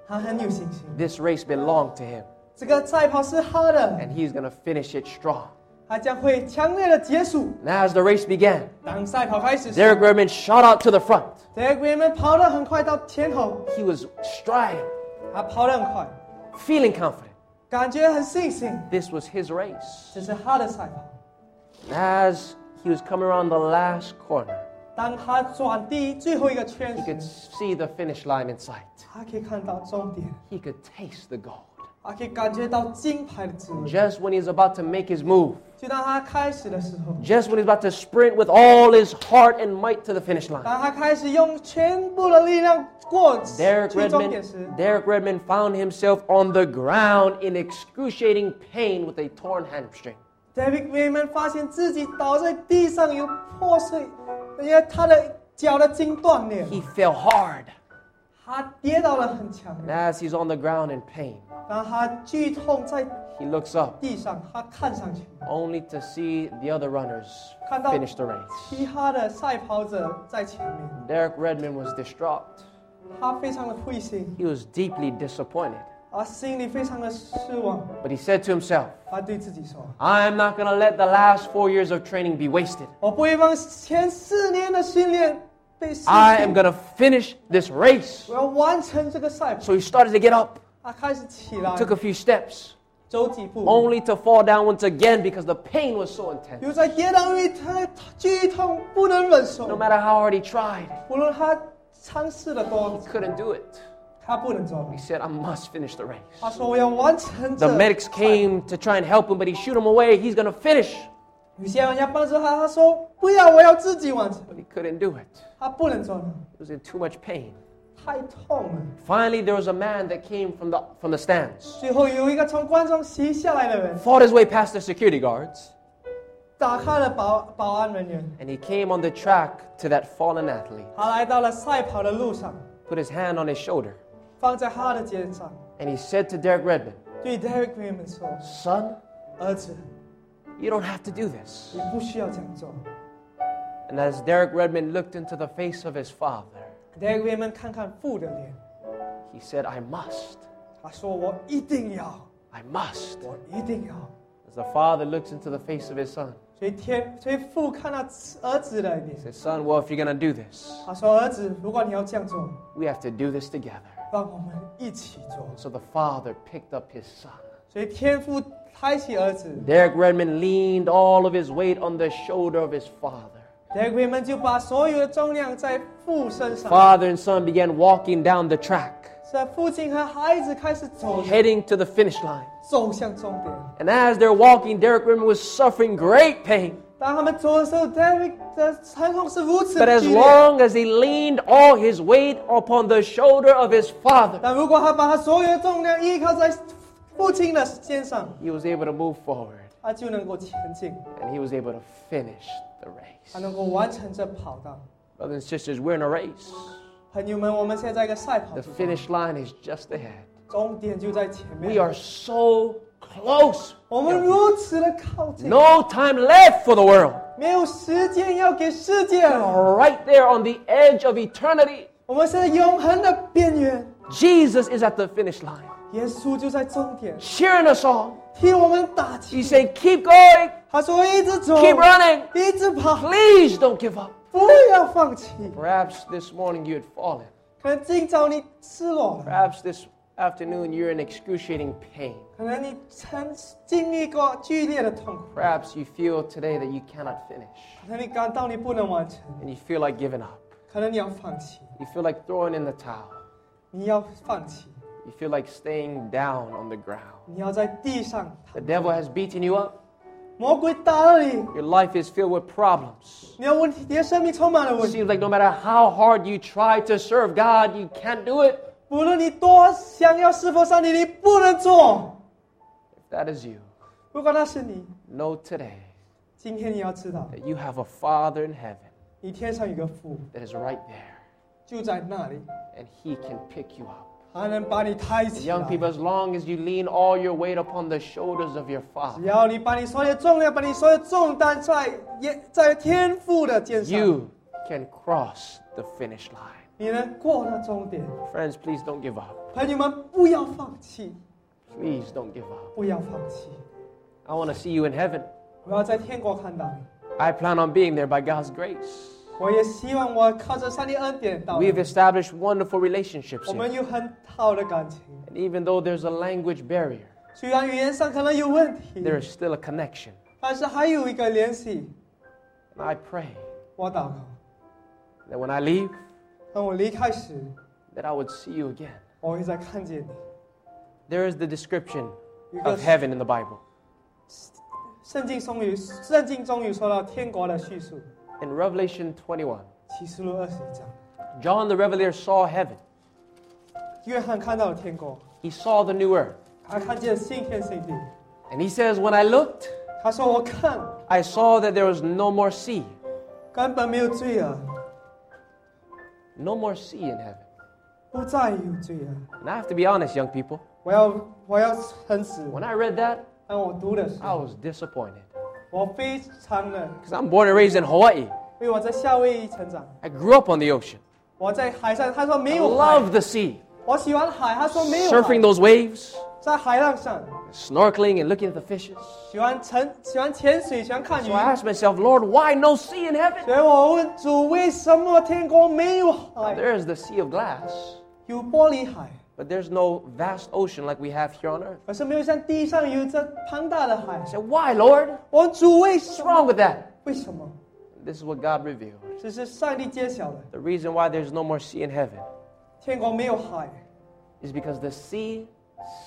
Speaker 2: 他很有信心，
Speaker 1: This race belonged to him,
Speaker 2: 这个赛跑是他的，
Speaker 1: and he's going to finish it strong.
Speaker 2: 他将会强烈的结束。
Speaker 1: And as the race began,
Speaker 2: 当赛跑开始时
Speaker 1: Derek Redmond shot out to the front.
Speaker 2: Derek Raymond 跑得很快到前头，
Speaker 1: He was striding,
Speaker 2: 他跑得很快，
Speaker 1: feeling confident.
Speaker 2: 感觉很信心。
Speaker 1: This was his race.
Speaker 2: 这是他的赛跑。
Speaker 1: And as he was coming around the last corner,
Speaker 2: 当他转第最后一个圈
Speaker 1: he
Speaker 2: 时
Speaker 1: could，see the finish line in sight.
Speaker 2: 他可以看到终点，
Speaker 1: He could taste the gold.
Speaker 2: 他可以感觉到金牌的滋味。
Speaker 1: Just when he's about to make his move,
Speaker 2: 就当他开始的时候，
Speaker 1: just when he's about to sprint with all his heart and might to the finish line,
Speaker 2: 当他开始用全部的力量过
Speaker 1: Derek
Speaker 2: 去终点
Speaker 1: Redmond,
Speaker 2: 时，
Speaker 1: Derek Redmond found himself on the ground in excruciating pain with a torn hamstring.
Speaker 2: David Raymond 发现自己倒在地上有破碎，因为他的脚的筋断裂，
Speaker 1: He fell hard.
Speaker 2: 他跌倒了很强。
Speaker 1: And as he's on the ground in pain,
Speaker 2: 当他剧痛在
Speaker 1: he looks up
Speaker 2: 地上，他看上去
Speaker 1: only to see the other runners
Speaker 2: Come down.
Speaker 1: finish the race.
Speaker 2: 其他的赛跑者在前面，
Speaker 1: Derek Redmond was distraught.
Speaker 2: 他非常的灰心，
Speaker 1: He was deeply disappointed.
Speaker 2: 而心里非常的失望。
Speaker 1: But he said to himself,
Speaker 2: 他对自己说
Speaker 1: I'm not going to let the last four years of training be wasted.：“
Speaker 2: 我不会让前四年的训练被失
Speaker 1: I am
Speaker 2: 去，
Speaker 1: going to finish this race.
Speaker 2: 我要完成这个赛跑。
Speaker 1: So he started to get up, ”
Speaker 2: 他开始起来，
Speaker 1: took a few steps,
Speaker 2: 走几步，
Speaker 1: only to fall down once again because the pain was so intense.
Speaker 2: 又在跌倒，因为他剧痛不能忍
Speaker 1: No
Speaker 2: 受。
Speaker 1: matter how hard he tried,
Speaker 2: 无论他尝试的多
Speaker 1: he，couldn't do it.
Speaker 2: 他不能做
Speaker 1: He。said, I must finish the race.
Speaker 2: 他说：“我要完成这
Speaker 1: The medics
Speaker 2: 赛跑
Speaker 1: came to try and help him, but he shoot him away. He's going to finish.
Speaker 2: 有些人要帮助他，他说不要，我要自己完成，
Speaker 1: But he couldn't do it.
Speaker 2: 他不能做了，
Speaker 1: He was in too much pain.
Speaker 2: 太痛了。
Speaker 1: Finally, there was a man that came from the, from the stands,
Speaker 2: 最后有一个从观众席下来的人，
Speaker 1: fought his way past the security guards,
Speaker 2: 打开了保保安人员，
Speaker 1: and he came on the track to that fallen athlete,
Speaker 2: 他来到了赛跑的路上，
Speaker 1: put his hand on his shoulder,
Speaker 2: 放在他的肩上，
Speaker 1: and he said to Derek Redmond,
Speaker 2: 对 Derek Raymond 说
Speaker 1: Son,：“
Speaker 2: 儿子，
Speaker 1: you don't have to do this.
Speaker 2: 你不需要这样做。
Speaker 1: And as Derek Redmond looked into the face of his father,
Speaker 2: ”Derek Raymond 看看父的脸，
Speaker 1: he said, I must.
Speaker 2: 他说：“我一定要，
Speaker 1: I must.
Speaker 2: 我一定要。
Speaker 1: As the father looks into the face of his son, ”
Speaker 2: 所以天，所以父看到儿子的脸
Speaker 1: he，says, Son, well, if you're going to do this,
Speaker 2: 他说：“儿子，如果你要这样做，
Speaker 1: we have to do this together.
Speaker 2: 让我们一起做。
Speaker 1: So the father picked up his son. ”
Speaker 2: 所以天父抬起儿子
Speaker 1: Derek Redmond leaned all of his weight on the shoulder of his father.
Speaker 2: ，Derek Raymond 就把所有的重量在父身上，
Speaker 1: Father and son began walking down the track,
Speaker 2: 是父亲和孩子开始走
Speaker 1: heading to the finish line.
Speaker 2: 走向终点。
Speaker 1: And as they're walking, Derek Redmond was suffering great pain.
Speaker 2: 当他们走的时候，Derek 的疼痛是如此
Speaker 1: But as
Speaker 2: 剧烈。
Speaker 1: long as he leaned all his weight upon the shoulder of his father,
Speaker 2: 但如果他把他所有的重量依靠在父亲的肩上，
Speaker 1: he was able to move forward
Speaker 2: 他就能够前进，
Speaker 1: and he was able to finish the
Speaker 2: 他
Speaker 1: race.
Speaker 2: 能够完成这跑道。
Speaker 1: Brothers and sisters, we're in a race.
Speaker 2: 朋友们，我们现在在一个赛跑
Speaker 1: The
Speaker 2: 之中，
Speaker 1: finish line is just ahead.
Speaker 2: 终点就在前
Speaker 1: We
Speaker 2: 面。
Speaker 1: are so close.
Speaker 2: 我们如此的靠近，
Speaker 1: No time left for the world.
Speaker 2: 没有时间要给世界了。
Speaker 1: Right there on the edge of eternity,
Speaker 2: 我们是在永恒的边缘，
Speaker 1: Jesus is at the finish line,
Speaker 2: 耶稣就在终点，
Speaker 1: cheering us on.
Speaker 2: 替我们打
Speaker 1: He's
Speaker 2: 气。
Speaker 1: saying, Keep going,
Speaker 2: 他说：“一直走，
Speaker 1: keep running.
Speaker 2: 一直跑，
Speaker 1: Please don't give up.
Speaker 2: 不要放弃。
Speaker 1: Perhaps this morning you had fallen. ”
Speaker 2: 可能今早你失落了。
Speaker 1: Perhaps this afternoon you're in excruciating pain.
Speaker 2: 可能你曾经历过剧烈的痛苦，
Speaker 1: Perhaps you feel today that you cannot finish
Speaker 2: 可能你感到你不能完成，
Speaker 1: and you feel like giving up.
Speaker 2: 可能你要放弃，
Speaker 1: You feel like throwing in the towel.
Speaker 2: 你要放弃，
Speaker 1: You feel like staying down on the ground.
Speaker 2: 你要在地上躺。
Speaker 1: The devil has beaten you up.
Speaker 2: 魔鬼打了你，
Speaker 1: Your life is filled with problems.
Speaker 2: 你的问题，你的生命充满了问
Speaker 1: It
Speaker 2: 题。
Speaker 1: seems like no matter how hard you try to serve God, you can't do it.
Speaker 2: 无论你多想要侍奉上帝，你不能做。
Speaker 1: If that is you,
Speaker 2: 如果那是你，
Speaker 1: know today
Speaker 2: 今天你要知道，
Speaker 1: that you have a Father in heaven
Speaker 2: 你天上有个父，
Speaker 1: that is right there,
Speaker 2: 就在那里，
Speaker 1: and He can pick you up.
Speaker 2: 他能把你抬
Speaker 1: And
Speaker 2: 起
Speaker 1: young
Speaker 2: 来。
Speaker 1: people, as long as you lean all your weight upon the shoulders of your
Speaker 2: 只
Speaker 1: Father,
Speaker 2: 要你把你所有的重量，把你所有的重担在耶在天父的肩上，
Speaker 1: you can cross the finish line.
Speaker 2: 你能过那终点。
Speaker 1: Friends, please don't give up.
Speaker 2: 朋友们，不要放弃，
Speaker 1: Please don't give up.
Speaker 2: 不要放弃。
Speaker 1: I want to see you in heaven.
Speaker 2: 我要在天国看到你。
Speaker 1: I plan on being there by God's grace.
Speaker 2: 我也希望我靠着上帝恩典到
Speaker 1: We've
Speaker 2: 你。
Speaker 1: established wonderful relationships
Speaker 2: 我
Speaker 1: here.
Speaker 2: 们有很好的感情，
Speaker 1: And even though there's a language barrier,
Speaker 2: 虽然语言上可能有问题，
Speaker 1: there is still a connection.
Speaker 2: 但是还有一个联系。
Speaker 1: And I pray
Speaker 2: 我祷告，
Speaker 1: that when I leave,
Speaker 2: 当我离开时，
Speaker 1: that I would see you again.
Speaker 2: 我会再看见你。
Speaker 1: There is the description
Speaker 2: 有个
Speaker 1: of heaven in the Bible.
Speaker 2: 圣经中有圣经中有说到天国的叙述，
Speaker 1: In Revelation 21,
Speaker 2: 启示录二十一章，
Speaker 1: John the Revelator saw heaven.
Speaker 2: 约翰看到了天国，
Speaker 1: He saw the new earth.
Speaker 2: 他看见新天新地。
Speaker 1: And he says, When I looked,
Speaker 2: 他说：“我看
Speaker 1: I saw that there was no more sea.
Speaker 2: 根本没有罪啊，
Speaker 1: No more sea in heaven.
Speaker 2: 不再有罪啊。”
Speaker 1: And I have to be honest, young people.
Speaker 2: 我要我要诚实。
Speaker 1: When I read that,
Speaker 2: 当我读的时
Speaker 1: I
Speaker 2: 候，
Speaker 1: was disappointed.
Speaker 2: 我非常的，
Speaker 1: Because I'm born and raised in Hawaii.
Speaker 2: 因为我在夏威夷成长，
Speaker 1: I grew up on the ocean.
Speaker 2: 我在海上。他说
Speaker 1: I
Speaker 2: 没有海，
Speaker 1: love the sea.
Speaker 2: 我喜欢海。他说没有
Speaker 1: Surfing
Speaker 2: 海，
Speaker 1: those waves,
Speaker 2: 在海浪上
Speaker 1: snorkeling and looking at the fishes.
Speaker 2: 喜欢沉，喜欢潜水，喜欢看鱼
Speaker 1: So。I asked myself, Lord, why no sea in heaven?
Speaker 2: 所以我问主，为什么天空没有海？
Speaker 1: There is the sea of glass,
Speaker 2: 有玻璃海，
Speaker 1: but there's no vast ocean like we have here on earth.
Speaker 2: 可是没有像地上有这庞大的海
Speaker 1: I。said, Why, Lord?
Speaker 2: 我问主为什
Speaker 1: What's
Speaker 2: 么？
Speaker 1: wrong with that?
Speaker 2: 为什么？
Speaker 1: This is what God revealed.
Speaker 2: 这是上帝揭晓的，
Speaker 1: The reason why there's no more sea in heaven
Speaker 2: 天国没有海，
Speaker 1: is because the sea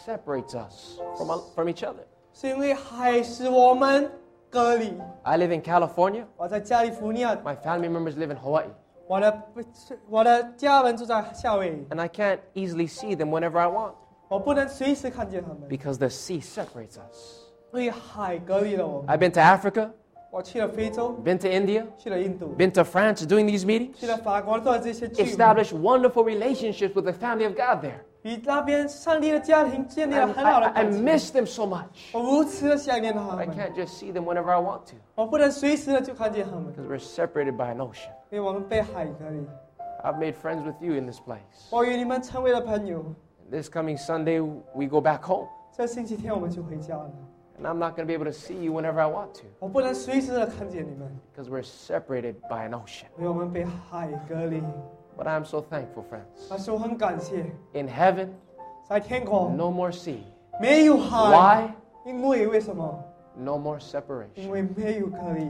Speaker 1: separates us from, from each other.
Speaker 2: 是因为海使我们割礼。
Speaker 1: I live in California.
Speaker 2: 我在加利福尼亚，
Speaker 1: My family members live in Hawaii.
Speaker 2: 我的我的家人住在夏威夷，
Speaker 1: And I can't easily see them whenever I want
Speaker 2: 我不能随时看见他们，
Speaker 1: because the sea separates us.
Speaker 2: 因为海隔离了我们。
Speaker 1: I've been to Africa,
Speaker 2: 我去了非洲，
Speaker 1: been to India,
Speaker 2: 去了印度，
Speaker 1: been to France doing these meetings,
Speaker 2: 去了法国，做了这些剧，
Speaker 1: established wonderful relationships with the family of God there.
Speaker 2: 与那边上帝的家庭建立
Speaker 1: I,
Speaker 2: 了很好
Speaker 1: I,
Speaker 2: 的
Speaker 1: I
Speaker 2: 感情。
Speaker 1: miss them so much.
Speaker 2: 我如此的想念他
Speaker 1: I
Speaker 2: 们，
Speaker 1: can't just see them whenever I want to
Speaker 2: 我不能随时的就看见他们，
Speaker 1: because we're separated by an ocean.
Speaker 2: 因为我们被海隔离。
Speaker 1: I've made friends with you in this place.
Speaker 2: 我与你们成为了朋友。
Speaker 1: This coming Sunday, we go back home,
Speaker 2: 这星期天我们就回家了，
Speaker 1: and I'm not going to be able to see you whenever I want to
Speaker 2: 我不能随时的看见你们，
Speaker 1: because we're separated by an ocean.
Speaker 2: 因为我们被海隔离。
Speaker 1: But I'm so thankful, friends.
Speaker 2: 但是我很感谢，
Speaker 1: In heaven,
Speaker 2: 在天空
Speaker 1: no more sea.
Speaker 2: 没有海
Speaker 1: Why?
Speaker 2: 因为为什么？
Speaker 1: No more
Speaker 2: 因
Speaker 1: separation.
Speaker 2: 为没有隔离。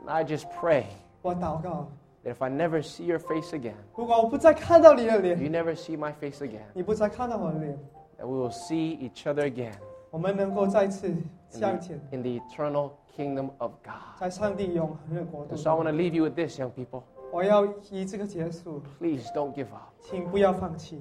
Speaker 1: And I just pray
Speaker 2: 我祷告，
Speaker 1: that if I never see your face again,
Speaker 2: 如果我不再看到你的脸，
Speaker 1: you never see my face again,
Speaker 2: 你不再看到我的脸，
Speaker 1: that we will see each other again
Speaker 2: 我们能够再次向前，
Speaker 1: in the eternal kingdom of God.
Speaker 2: 在上帝永恒的国度
Speaker 1: And。so I want to leave you with this, young people.
Speaker 2: 我要以这个结束，
Speaker 1: Please don't give up.
Speaker 2: 请不要放弃，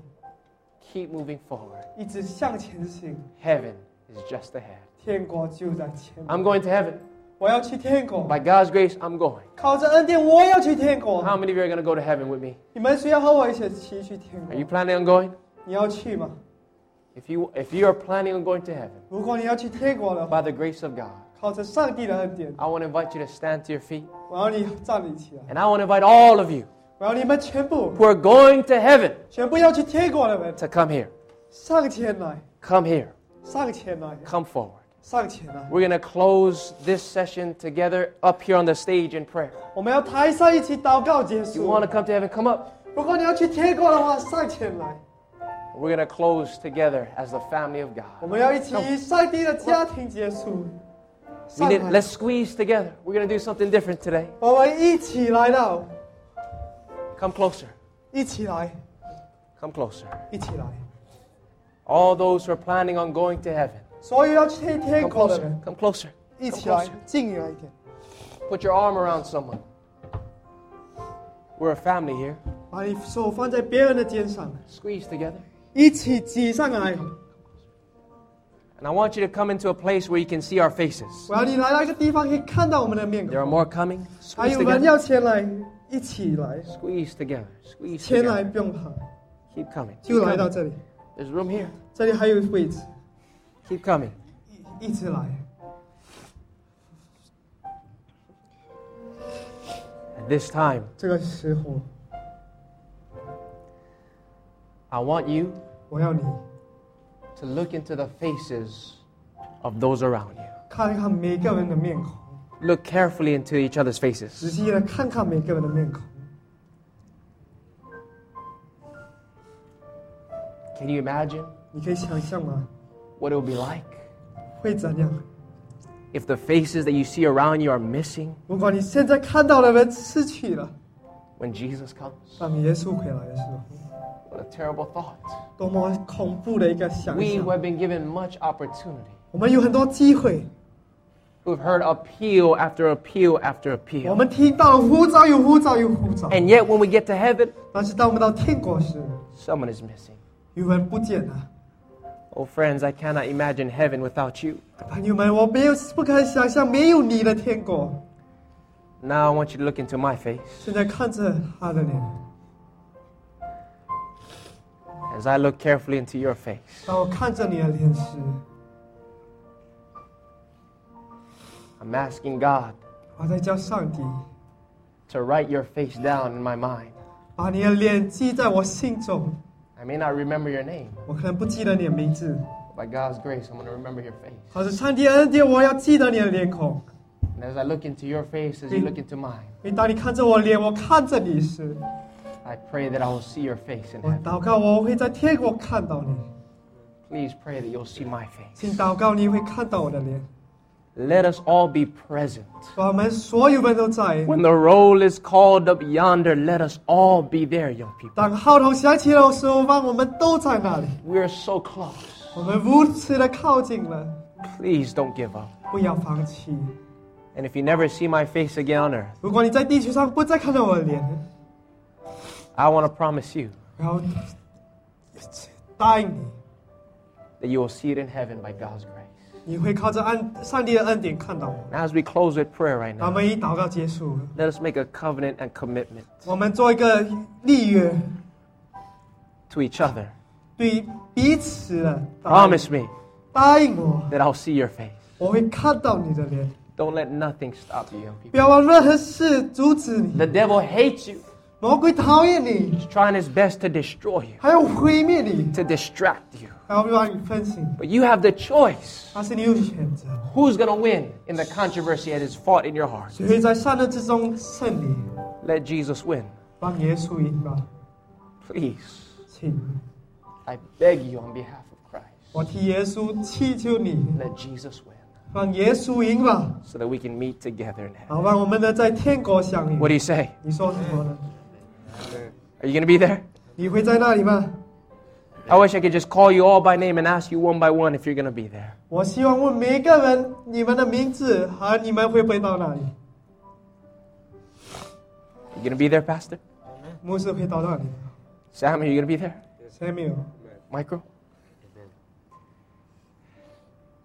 Speaker 1: Keep moving forward.
Speaker 2: 一直向前行。
Speaker 1: Heaven is just ahead.
Speaker 2: 天国就在前面，
Speaker 1: I'm going to heaven.
Speaker 2: 我要去天国，
Speaker 1: By God's grace, I'm going.
Speaker 2: 靠着恩典，我要去天国。
Speaker 1: How many of you are going to go to heaven with me?
Speaker 2: 你们谁要和我一起去去天
Speaker 1: Are you
Speaker 2: 国？
Speaker 1: planning on going?
Speaker 2: 你要去吗？
Speaker 1: If you if you are planning on going to heaven,
Speaker 2: 如果你要去天国的话，
Speaker 1: by the grace of God,
Speaker 2: 靠着上帝的恩典，
Speaker 1: I want to invite you to stand to your feet,
Speaker 2: 我要你站立起来，
Speaker 1: and I want to invite all of you
Speaker 2: 我要你们全部
Speaker 1: who are going to heaven
Speaker 2: 全部要去天国的人
Speaker 1: to come here.
Speaker 2: 上前来，
Speaker 1: Come here.
Speaker 2: 上前来，
Speaker 1: Come forward.
Speaker 2: 上前来！
Speaker 1: We're going to close this session together up here on the stage in prayer.
Speaker 2: 我们要台上一起祷告结
Speaker 1: If you
Speaker 2: 束
Speaker 1: want。to come to heaven, come up.
Speaker 2: 如果你要去天国的话，上前来，
Speaker 1: We're going to close together as the family of
Speaker 2: 我
Speaker 1: God.
Speaker 2: 们要一起与上帝的家庭结束。
Speaker 1: We
Speaker 2: 上
Speaker 1: need,
Speaker 2: 来，
Speaker 1: let's squeeze together. We're going to do something different today.
Speaker 2: 我们一起来到，
Speaker 1: Come closer.
Speaker 2: 一起来，
Speaker 1: Come closer.
Speaker 2: 一起来。
Speaker 1: All those who are planning on going to heaven,
Speaker 2: 所有要去天
Speaker 1: come
Speaker 2: 国的
Speaker 1: closer.
Speaker 2: 人，
Speaker 1: Come closer.
Speaker 2: 一
Speaker 1: Come
Speaker 2: 起来
Speaker 1: closer.，
Speaker 2: 近来一点。
Speaker 1: Put your arm around someone. We're a family here.
Speaker 2: 把你手放在别人的肩上，
Speaker 1: Squeeze together.
Speaker 2: 一起挤上来。
Speaker 1: And I want you to come into a place where you can see our faces.
Speaker 2: 我要你来到一个地方，可以看到我们的面
Speaker 1: There are
Speaker 2: 孔。
Speaker 1: more coming.
Speaker 2: 还
Speaker 1: Squeeze
Speaker 2: 有人要
Speaker 1: together.
Speaker 2: 前来，一起来，
Speaker 1: Squeeze together. Squeeze
Speaker 2: 前来
Speaker 1: together.
Speaker 2: 不用怕，
Speaker 1: Keep coming.
Speaker 2: 就
Speaker 1: Keep
Speaker 2: 来到
Speaker 1: coming.
Speaker 2: 这里，
Speaker 1: There's room here.
Speaker 2: 这里还有位置，
Speaker 1: Keep coming.
Speaker 2: 一一直来。
Speaker 1: At this time,
Speaker 2: 这个时候，
Speaker 1: I want you
Speaker 2: 我要你
Speaker 1: to look into the faces of those around you.
Speaker 2: 看一看每个人的面孔，
Speaker 1: Look carefully into each other's
Speaker 2: 仔
Speaker 1: faces.
Speaker 2: 细的看看每个人的面孔。
Speaker 1: Can you imagine
Speaker 2: 你可以想象吗？
Speaker 1: what it would be like
Speaker 2: 会怎样？
Speaker 1: if the faces that you see around you are missing
Speaker 2: 如果你现在看到的人失去了，
Speaker 1: when Jesus comes?
Speaker 2: 当耶稣回来的时候，
Speaker 1: What a terrible thought.
Speaker 2: 多么恐怖的一个想
Speaker 1: We who
Speaker 2: 象！
Speaker 1: have been given much opportunity,
Speaker 2: 我们有很多机会，
Speaker 1: who have heard appeal after appeal after
Speaker 2: 我
Speaker 1: appeal.
Speaker 2: 们听到了呼召，又呼召，又呼召。
Speaker 1: And yet, when we get to heaven,
Speaker 2: 但是当我们到天国时，
Speaker 1: someone is missing.
Speaker 2: 有人不见了。
Speaker 1: Oh, friends, I cannot imagine heaven without you.
Speaker 2: 朋友们，我没有不可想象没有你的天国。
Speaker 1: Now, I want you to look into my face.
Speaker 2: 现在看着他的脸，
Speaker 1: As I look carefully into your face,
Speaker 2: 当我看着你的脸时，
Speaker 1: I'm asking God
Speaker 2: 我在叫上帝
Speaker 1: to write your face down in my mind.
Speaker 2: 把你的脸记在我心中。
Speaker 1: I may not remember your name,
Speaker 2: 我可能不记得你的名字，
Speaker 1: but by God's grace, I'm going to remember your face.
Speaker 2: 可是上帝的恩典，我要记得你的脸孔。
Speaker 1: And as I look into your face, as you look into mine,
Speaker 2: 因为当你看着我脸，我看着你时，
Speaker 1: I pray that I will see your face in
Speaker 2: 我
Speaker 1: heaven.
Speaker 2: 祷告我会在天国看到你。
Speaker 1: Please pray that you'll see my
Speaker 2: 请
Speaker 1: face.
Speaker 2: 祷告你会看到我的脸。啊
Speaker 1: Let us all be present.
Speaker 2: 我们所有人都在。
Speaker 1: When the roll is called up yonder, let us all be there, young people.
Speaker 2: 当号筒响起的时候，让我们都在那里。
Speaker 1: We are so close.
Speaker 2: 我们如此的靠近了，
Speaker 1: Please don't give up.
Speaker 2: 不要放弃。
Speaker 1: And if you never see my face again on earth,
Speaker 2: 如果你在地球上不再看到我的脸，
Speaker 1: I want to promise you
Speaker 2: 然后答应你，
Speaker 1: that you will see it in heaven by God's grace.
Speaker 2: 你会靠着恩上帝的恩典看到我。
Speaker 1: Now, as we close with prayer right
Speaker 2: 那
Speaker 1: now,
Speaker 2: 么一祷告结束，
Speaker 1: let us make a covenant and commitment
Speaker 2: 我们做一个立约，
Speaker 1: to each other.
Speaker 2: 对彼此的答应
Speaker 1: Promise me
Speaker 2: 答应我，
Speaker 1: that I'll see your face.
Speaker 2: 我会看到你的脸，
Speaker 1: Don't let nothing stop you, young
Speaker 2: 不
Speaker 1: people.
Speaker 2: 要让任何事阻止你。
Speaker 1: The devil hates you.
Speaker 2: 魔鬼讨厌你，
Speaker 1: He's trying his best to destroy you,
Speaker 2: 还要毁灭你，
Speaker 1: to distract you.
Speaker 2: 还要让你分心。
Speaker 1: But you have the choice.
Speaker 2: 但是你有选择，
Speaker 1: Who's going to win in the controversy that is fought in your heart?
Speaker 2: 谁会在善恶之中胜利？
Speaker 1: Let Jesus win.
Speaker 2: 让耶稣赢吧，
Speaker 1: Please.
Speaker 2: 请
Speaker 1: I beg you on behalf of Christ.
Speaker 2: 我替耶稣祈求你，
Speaker 1: Let Jesus win
Speaker 2: 让耶稣赢吧，
Speaker 1: so that we can meet together in heaven.
Speaker 2: 好让我们能在天国相遇
Speaker 1: What。do you say?
Speaker 2: 你说什么呢？
Speaker 1: Are you going to be there?
Speaker 2: 你会在那里吗？
Speaker 1: I wish I could just call you all by name and ask you one by one if you're going to be there.
Speaker 2: 我希望问每个人你们的名字和你们会不会到那里？
Speaker 1: You going to be there, Pastor?
Speaker 2: 牧师会到那里。
Speaker 1: Sam, are you going to be there?
Speaker 2: Samuel，
Speaker 1: Michael?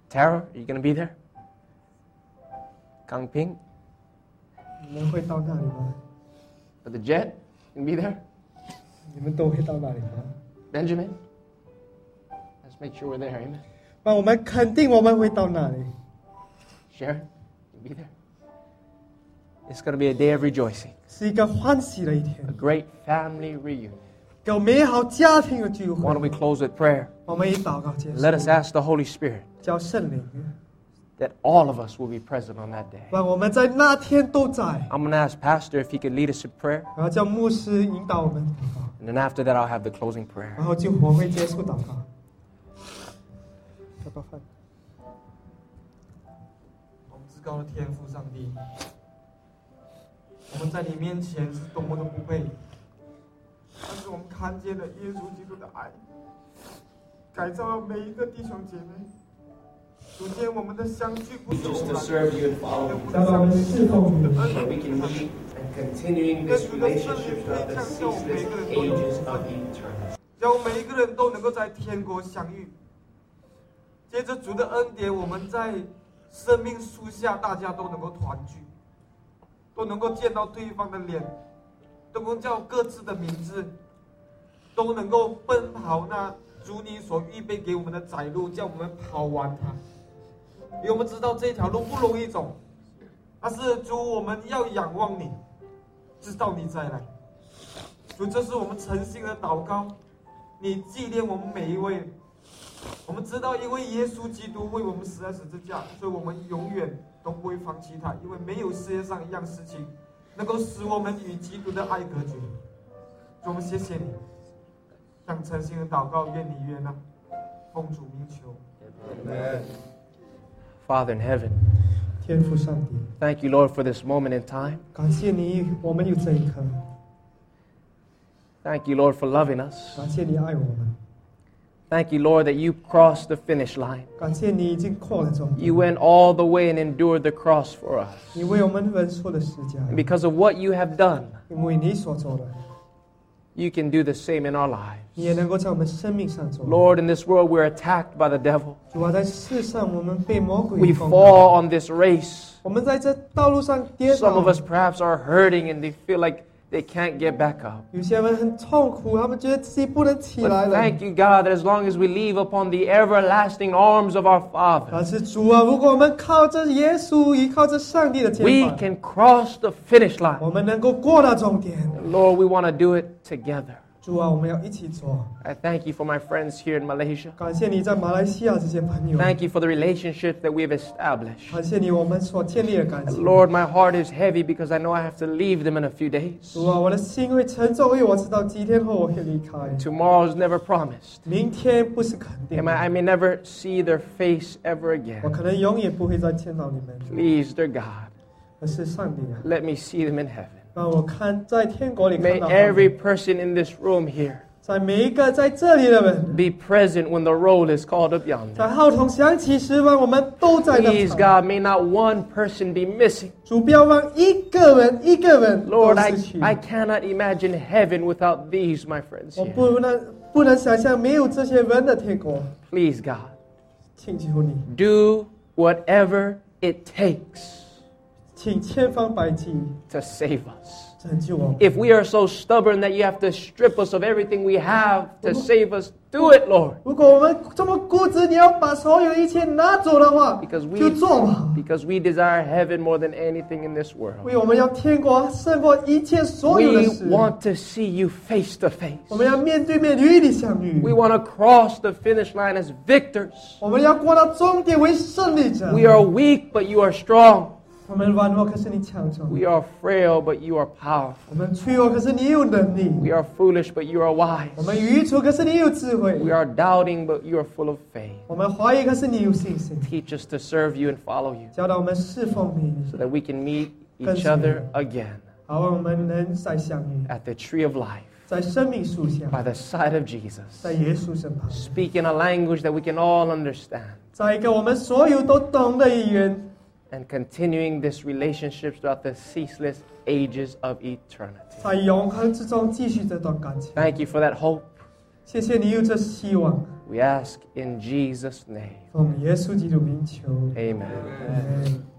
Speaker 1: Tara, are you going to be there? Kang Ping?
Speaker 2: 你们会到那里吗？
Speaker 1: Brother Jet? Going to be there?
Speaker 2: 你们都会到那里吗？
Speaker 1: Benjamin? Let's make sure we're there, amen?
Speaker 2: 那我们肯定我们会到那里。
Speaker 1: Sharon? You be there? It's going to be a day of rejoicing,
Speaker 2: 是一个欢喜的一
Speaker 1: a
Speaker 2: 天，
Speaker 1: great family reunion.
Speaker 2: 有美好家庭的聚
Speaker 1: Why
Speaker 2: 会
Speaker 1: don't。we close with prayer?
Speaker 2: 我们以祷告结束，
Speaker 1: Let us ask the Holy Spirit
Speaker 2: 叫圣灵，
Speaker 1: that all of us will be present on that day.
Speaker 2: 让我们在那天都在。
Speaker 1: I'm going to ask Pastor if he could lead us in prayer,
Speaker 2: 然后叫牧师引导我们祷告，
Speaker 1: and then after that, I'll have the closing prayer.
Speaker 2: 然后就我会结束祷告。祷告饭。
Speaker 3: 我们至高的天父上帝，我们在你面前是多么的不配，但是我们看见了耶稣基督的爱，改造了每一个弟兄姐妹。逐渐我们的相聚不是偶
Speaker 4: Just
Speaker 3: 然
Speaker 4: to
Speaker 3: 的，
Speaker 4: serve you and follow
Speaker 3: 也
Speaker 4: you,
Speaker 3: 不是相聚
Speaker 2: 侍奉你
Speaker 4: so that we can meet and continuing
Speaker 3: 跟
Speaker 4: this
Speaker 3: 主的圣
Speaker 4: relationship
Speaker 3: 灵
Speaker 4: throughout
Speaker 3: 可以
Speaker 4: the
Speaker 3: 降下我们每个人都有福分让
Speaker 4: ceaseless ages of the。eternal.
Speaker 3: 我们每一个人都能够在天国相遇。接着主的恩典，我们在生命树下，大家都能够团聚，都能够见到对方的脸，都能够叫各自的名字，都能够奔跑那主你所预备给我们的窄路，叫我们跑完它。因为我们知道这条路不容易走，但是主，我们要仰望你，直到你再来。主，这是我们诚心的祷告，你纪念我们每一位。我们知道，因为耶稣基督为我们死在十字架，所以我们永远都不会放弃他，因为没有世界上一样事情能够使我们与基督的爱隔绝。主，我们谢谢你，向诚心的祷告，愿你悦纳，奉主名求。
Speaker 1: Father in heaven,
Speaker 2: 天父上帝，
Speaker 1: thank you, Lord, for this moment in time.
Speaker 2: 感谢你，我们有这一刻，
Speaker 1: Thank you, Lord, for loving us.
Speaker 2: 感谢你爱我们，
Speaker 1: Thank you, Lord, that you crossed the finish line.
Speaker 2: 感谢你已经过了终点，
Speaker 1: You went all the way and endured the cross for us.
Speaker 2: 你为我们人受的十字架，
Speaker 1: And because of what you have done,
Speaker 2: 因为你所做的，
Speaker 1: you can do the same in our lives.
Speaker 2: 你也能够在我们生命上做。
Speaker 1: Lord, in this world, we're attacked by the devil.
Speaker 2: 主啊，在世上我们被魔鬼
Speaker 1: We
Speaker 2: 攻
Speaker 1: fall on this race.
Speaker 2: 我们在这道路上跌
Speaker 1: Some
Speaker 2: 倒
Speaker 1: of，us perhaps are hurting and they feel like they can't get back up.
Speaker 2: 有些人很痛苦，他们觉得自己不能起来
Speaker 1: But
Speaker 2: 了。
Speaker 1: thank you, God, that as long as we leave upon the everlasting arms of our
Speaker 2: 但
Speaker 1: Father,
Speaker 2: 是主啊，如果我们靠着耶稣，依靠着上帝的
Speaker 1: we
Speaker 2: 肩膀，
Speaker 1: can cross the finish
Speaker 2: 我
Speaker 1: line.
Speaker 2: 们能够过到终点。
Speaker 1: Lord, we want to do it together.
Speaker 2: 主啊，我们要一起做。
Speaker 1: I thank you for my friends here in Malaysia.
Speaker 2: 感谢你在马来西亚这些朋友，
Speaker 1: Thank you for the relationship that we have established.
Speaker 2: 感谢你我们所建立的感
Speaker 1: And
Speaker 2: 情。
Speaker 1: Lord, my heart is heavy because I know I have to leave them in a few days.
Speaker 2: 主啊，我的心会沉重，因为我知道几天后我会离开，
Speaker 1: Tomorrow's never promised.
Speaker 2: 明天不是肯定
Speaker 1: And I
Speaker 2: 的，
Speaker 1: I may never see their face ever again.
Speaker 2: 我可能永远不会再见到你们。
Speaker 1: Please, dear God,
Speaker 2: 可是上帝啊，
Speaker 1: let me see them in heaven.
Speaker 2: 让我看在天国里看
Speaker 1: May
Speaker 2: 到他们
Speaker 1: every person in this room here
Speaker 2: 在每一个在这里的人，
Speaker 1: Be present when the roll is called up yonder.
Speaker 2: 在号筒响起时分，我们都在那
Speaker 1: Please,
Speaker 2: 场。
Speaker 1: God, may not one person be missing.
Speaker 2: 主不要让一个人一个人都
Speaker 1: Lord, I,
Speaker 2: 失去。
Speaker 1: I cannot imagine heaven without these, my friends.
Speaker 2: 我
Speaker 1: here.
Speaker 2: 不能不能想象没有这些人的天国。
Speaker 1: Please, God,
Speaker 2: 请求你，
Speaker 1: do whatever it takes
Speaker 2: 请千方百计
Speaker 1: to save us.
Speaker 2: 拯救我们。
Speaker 1: If we are so stubborn that you have to strip us of everything we have to save us, do it, Lord.
Speaker 2: 如果我们这么固执，你要把所有的一切拿走的话
Speaker 1: Because we-
Speaker 2: 就做吧。
Speaker 1: Because we desire heaven more than anything in this
Speaker 2: 因
Speaker 1: world.
Speaker 2: 为我们要天国胜过一切所有的
Speaker 1: We
Speaker 2: 事。
Speaker 1: want to see you face to face.
Speaker 2: 我们要面对面与你相遇。
Speaker 1: We want to cross the finish line as victors.
Speaker 2: 我们要过到终点为胜利者。
Speaker 1: We are weak, but you are strong.
Speaker 2: 我们软弱，可是你强壮；
Speaker 1: We are frail, but you are powerful.
Speaker 2: 我们脆弱，可是你有能力；
Speaker 1: We are foolish, but you are wise.
Speaker 2: 我们愚蠢，可是你有智慧；
Speaker 1: We are doubting, but you are full of faith.
Speaker 2: 我们怀疑，可是你有信心。
Speaker 1: Teach us to serve you and follow you
Speaker 2: 教导我们侍奉你，
Speaker 1: so that we can meet each
Speaker 2: Continue.
Speaker 1: other again
Speaker 2: 好让我们能再相遇，
Speaker 1: at the tree of life
Speaker 2: 在生命树下，
Speaker 1: by the side of Jesus.
Speaker 2: 在耶稣身旁，
Speaker 1: Speak in a language that we can all understand
Speaker 2: 在一个我们所有都懂的语言，
Speaker 1: and continuing this relationship throughout the ceaseless ages of eternity.
Speaker 2: 在永恒之中继续这段感情。
Speaker 1: Thank you for that hope.
Speaker 2: 谢谢你有这希望，
Speaker 1: We ask in Jesus' name.
Speaker 2: 奉耶稣基督名求。
Speaker 1: Amen.
Speaker 2: 嗯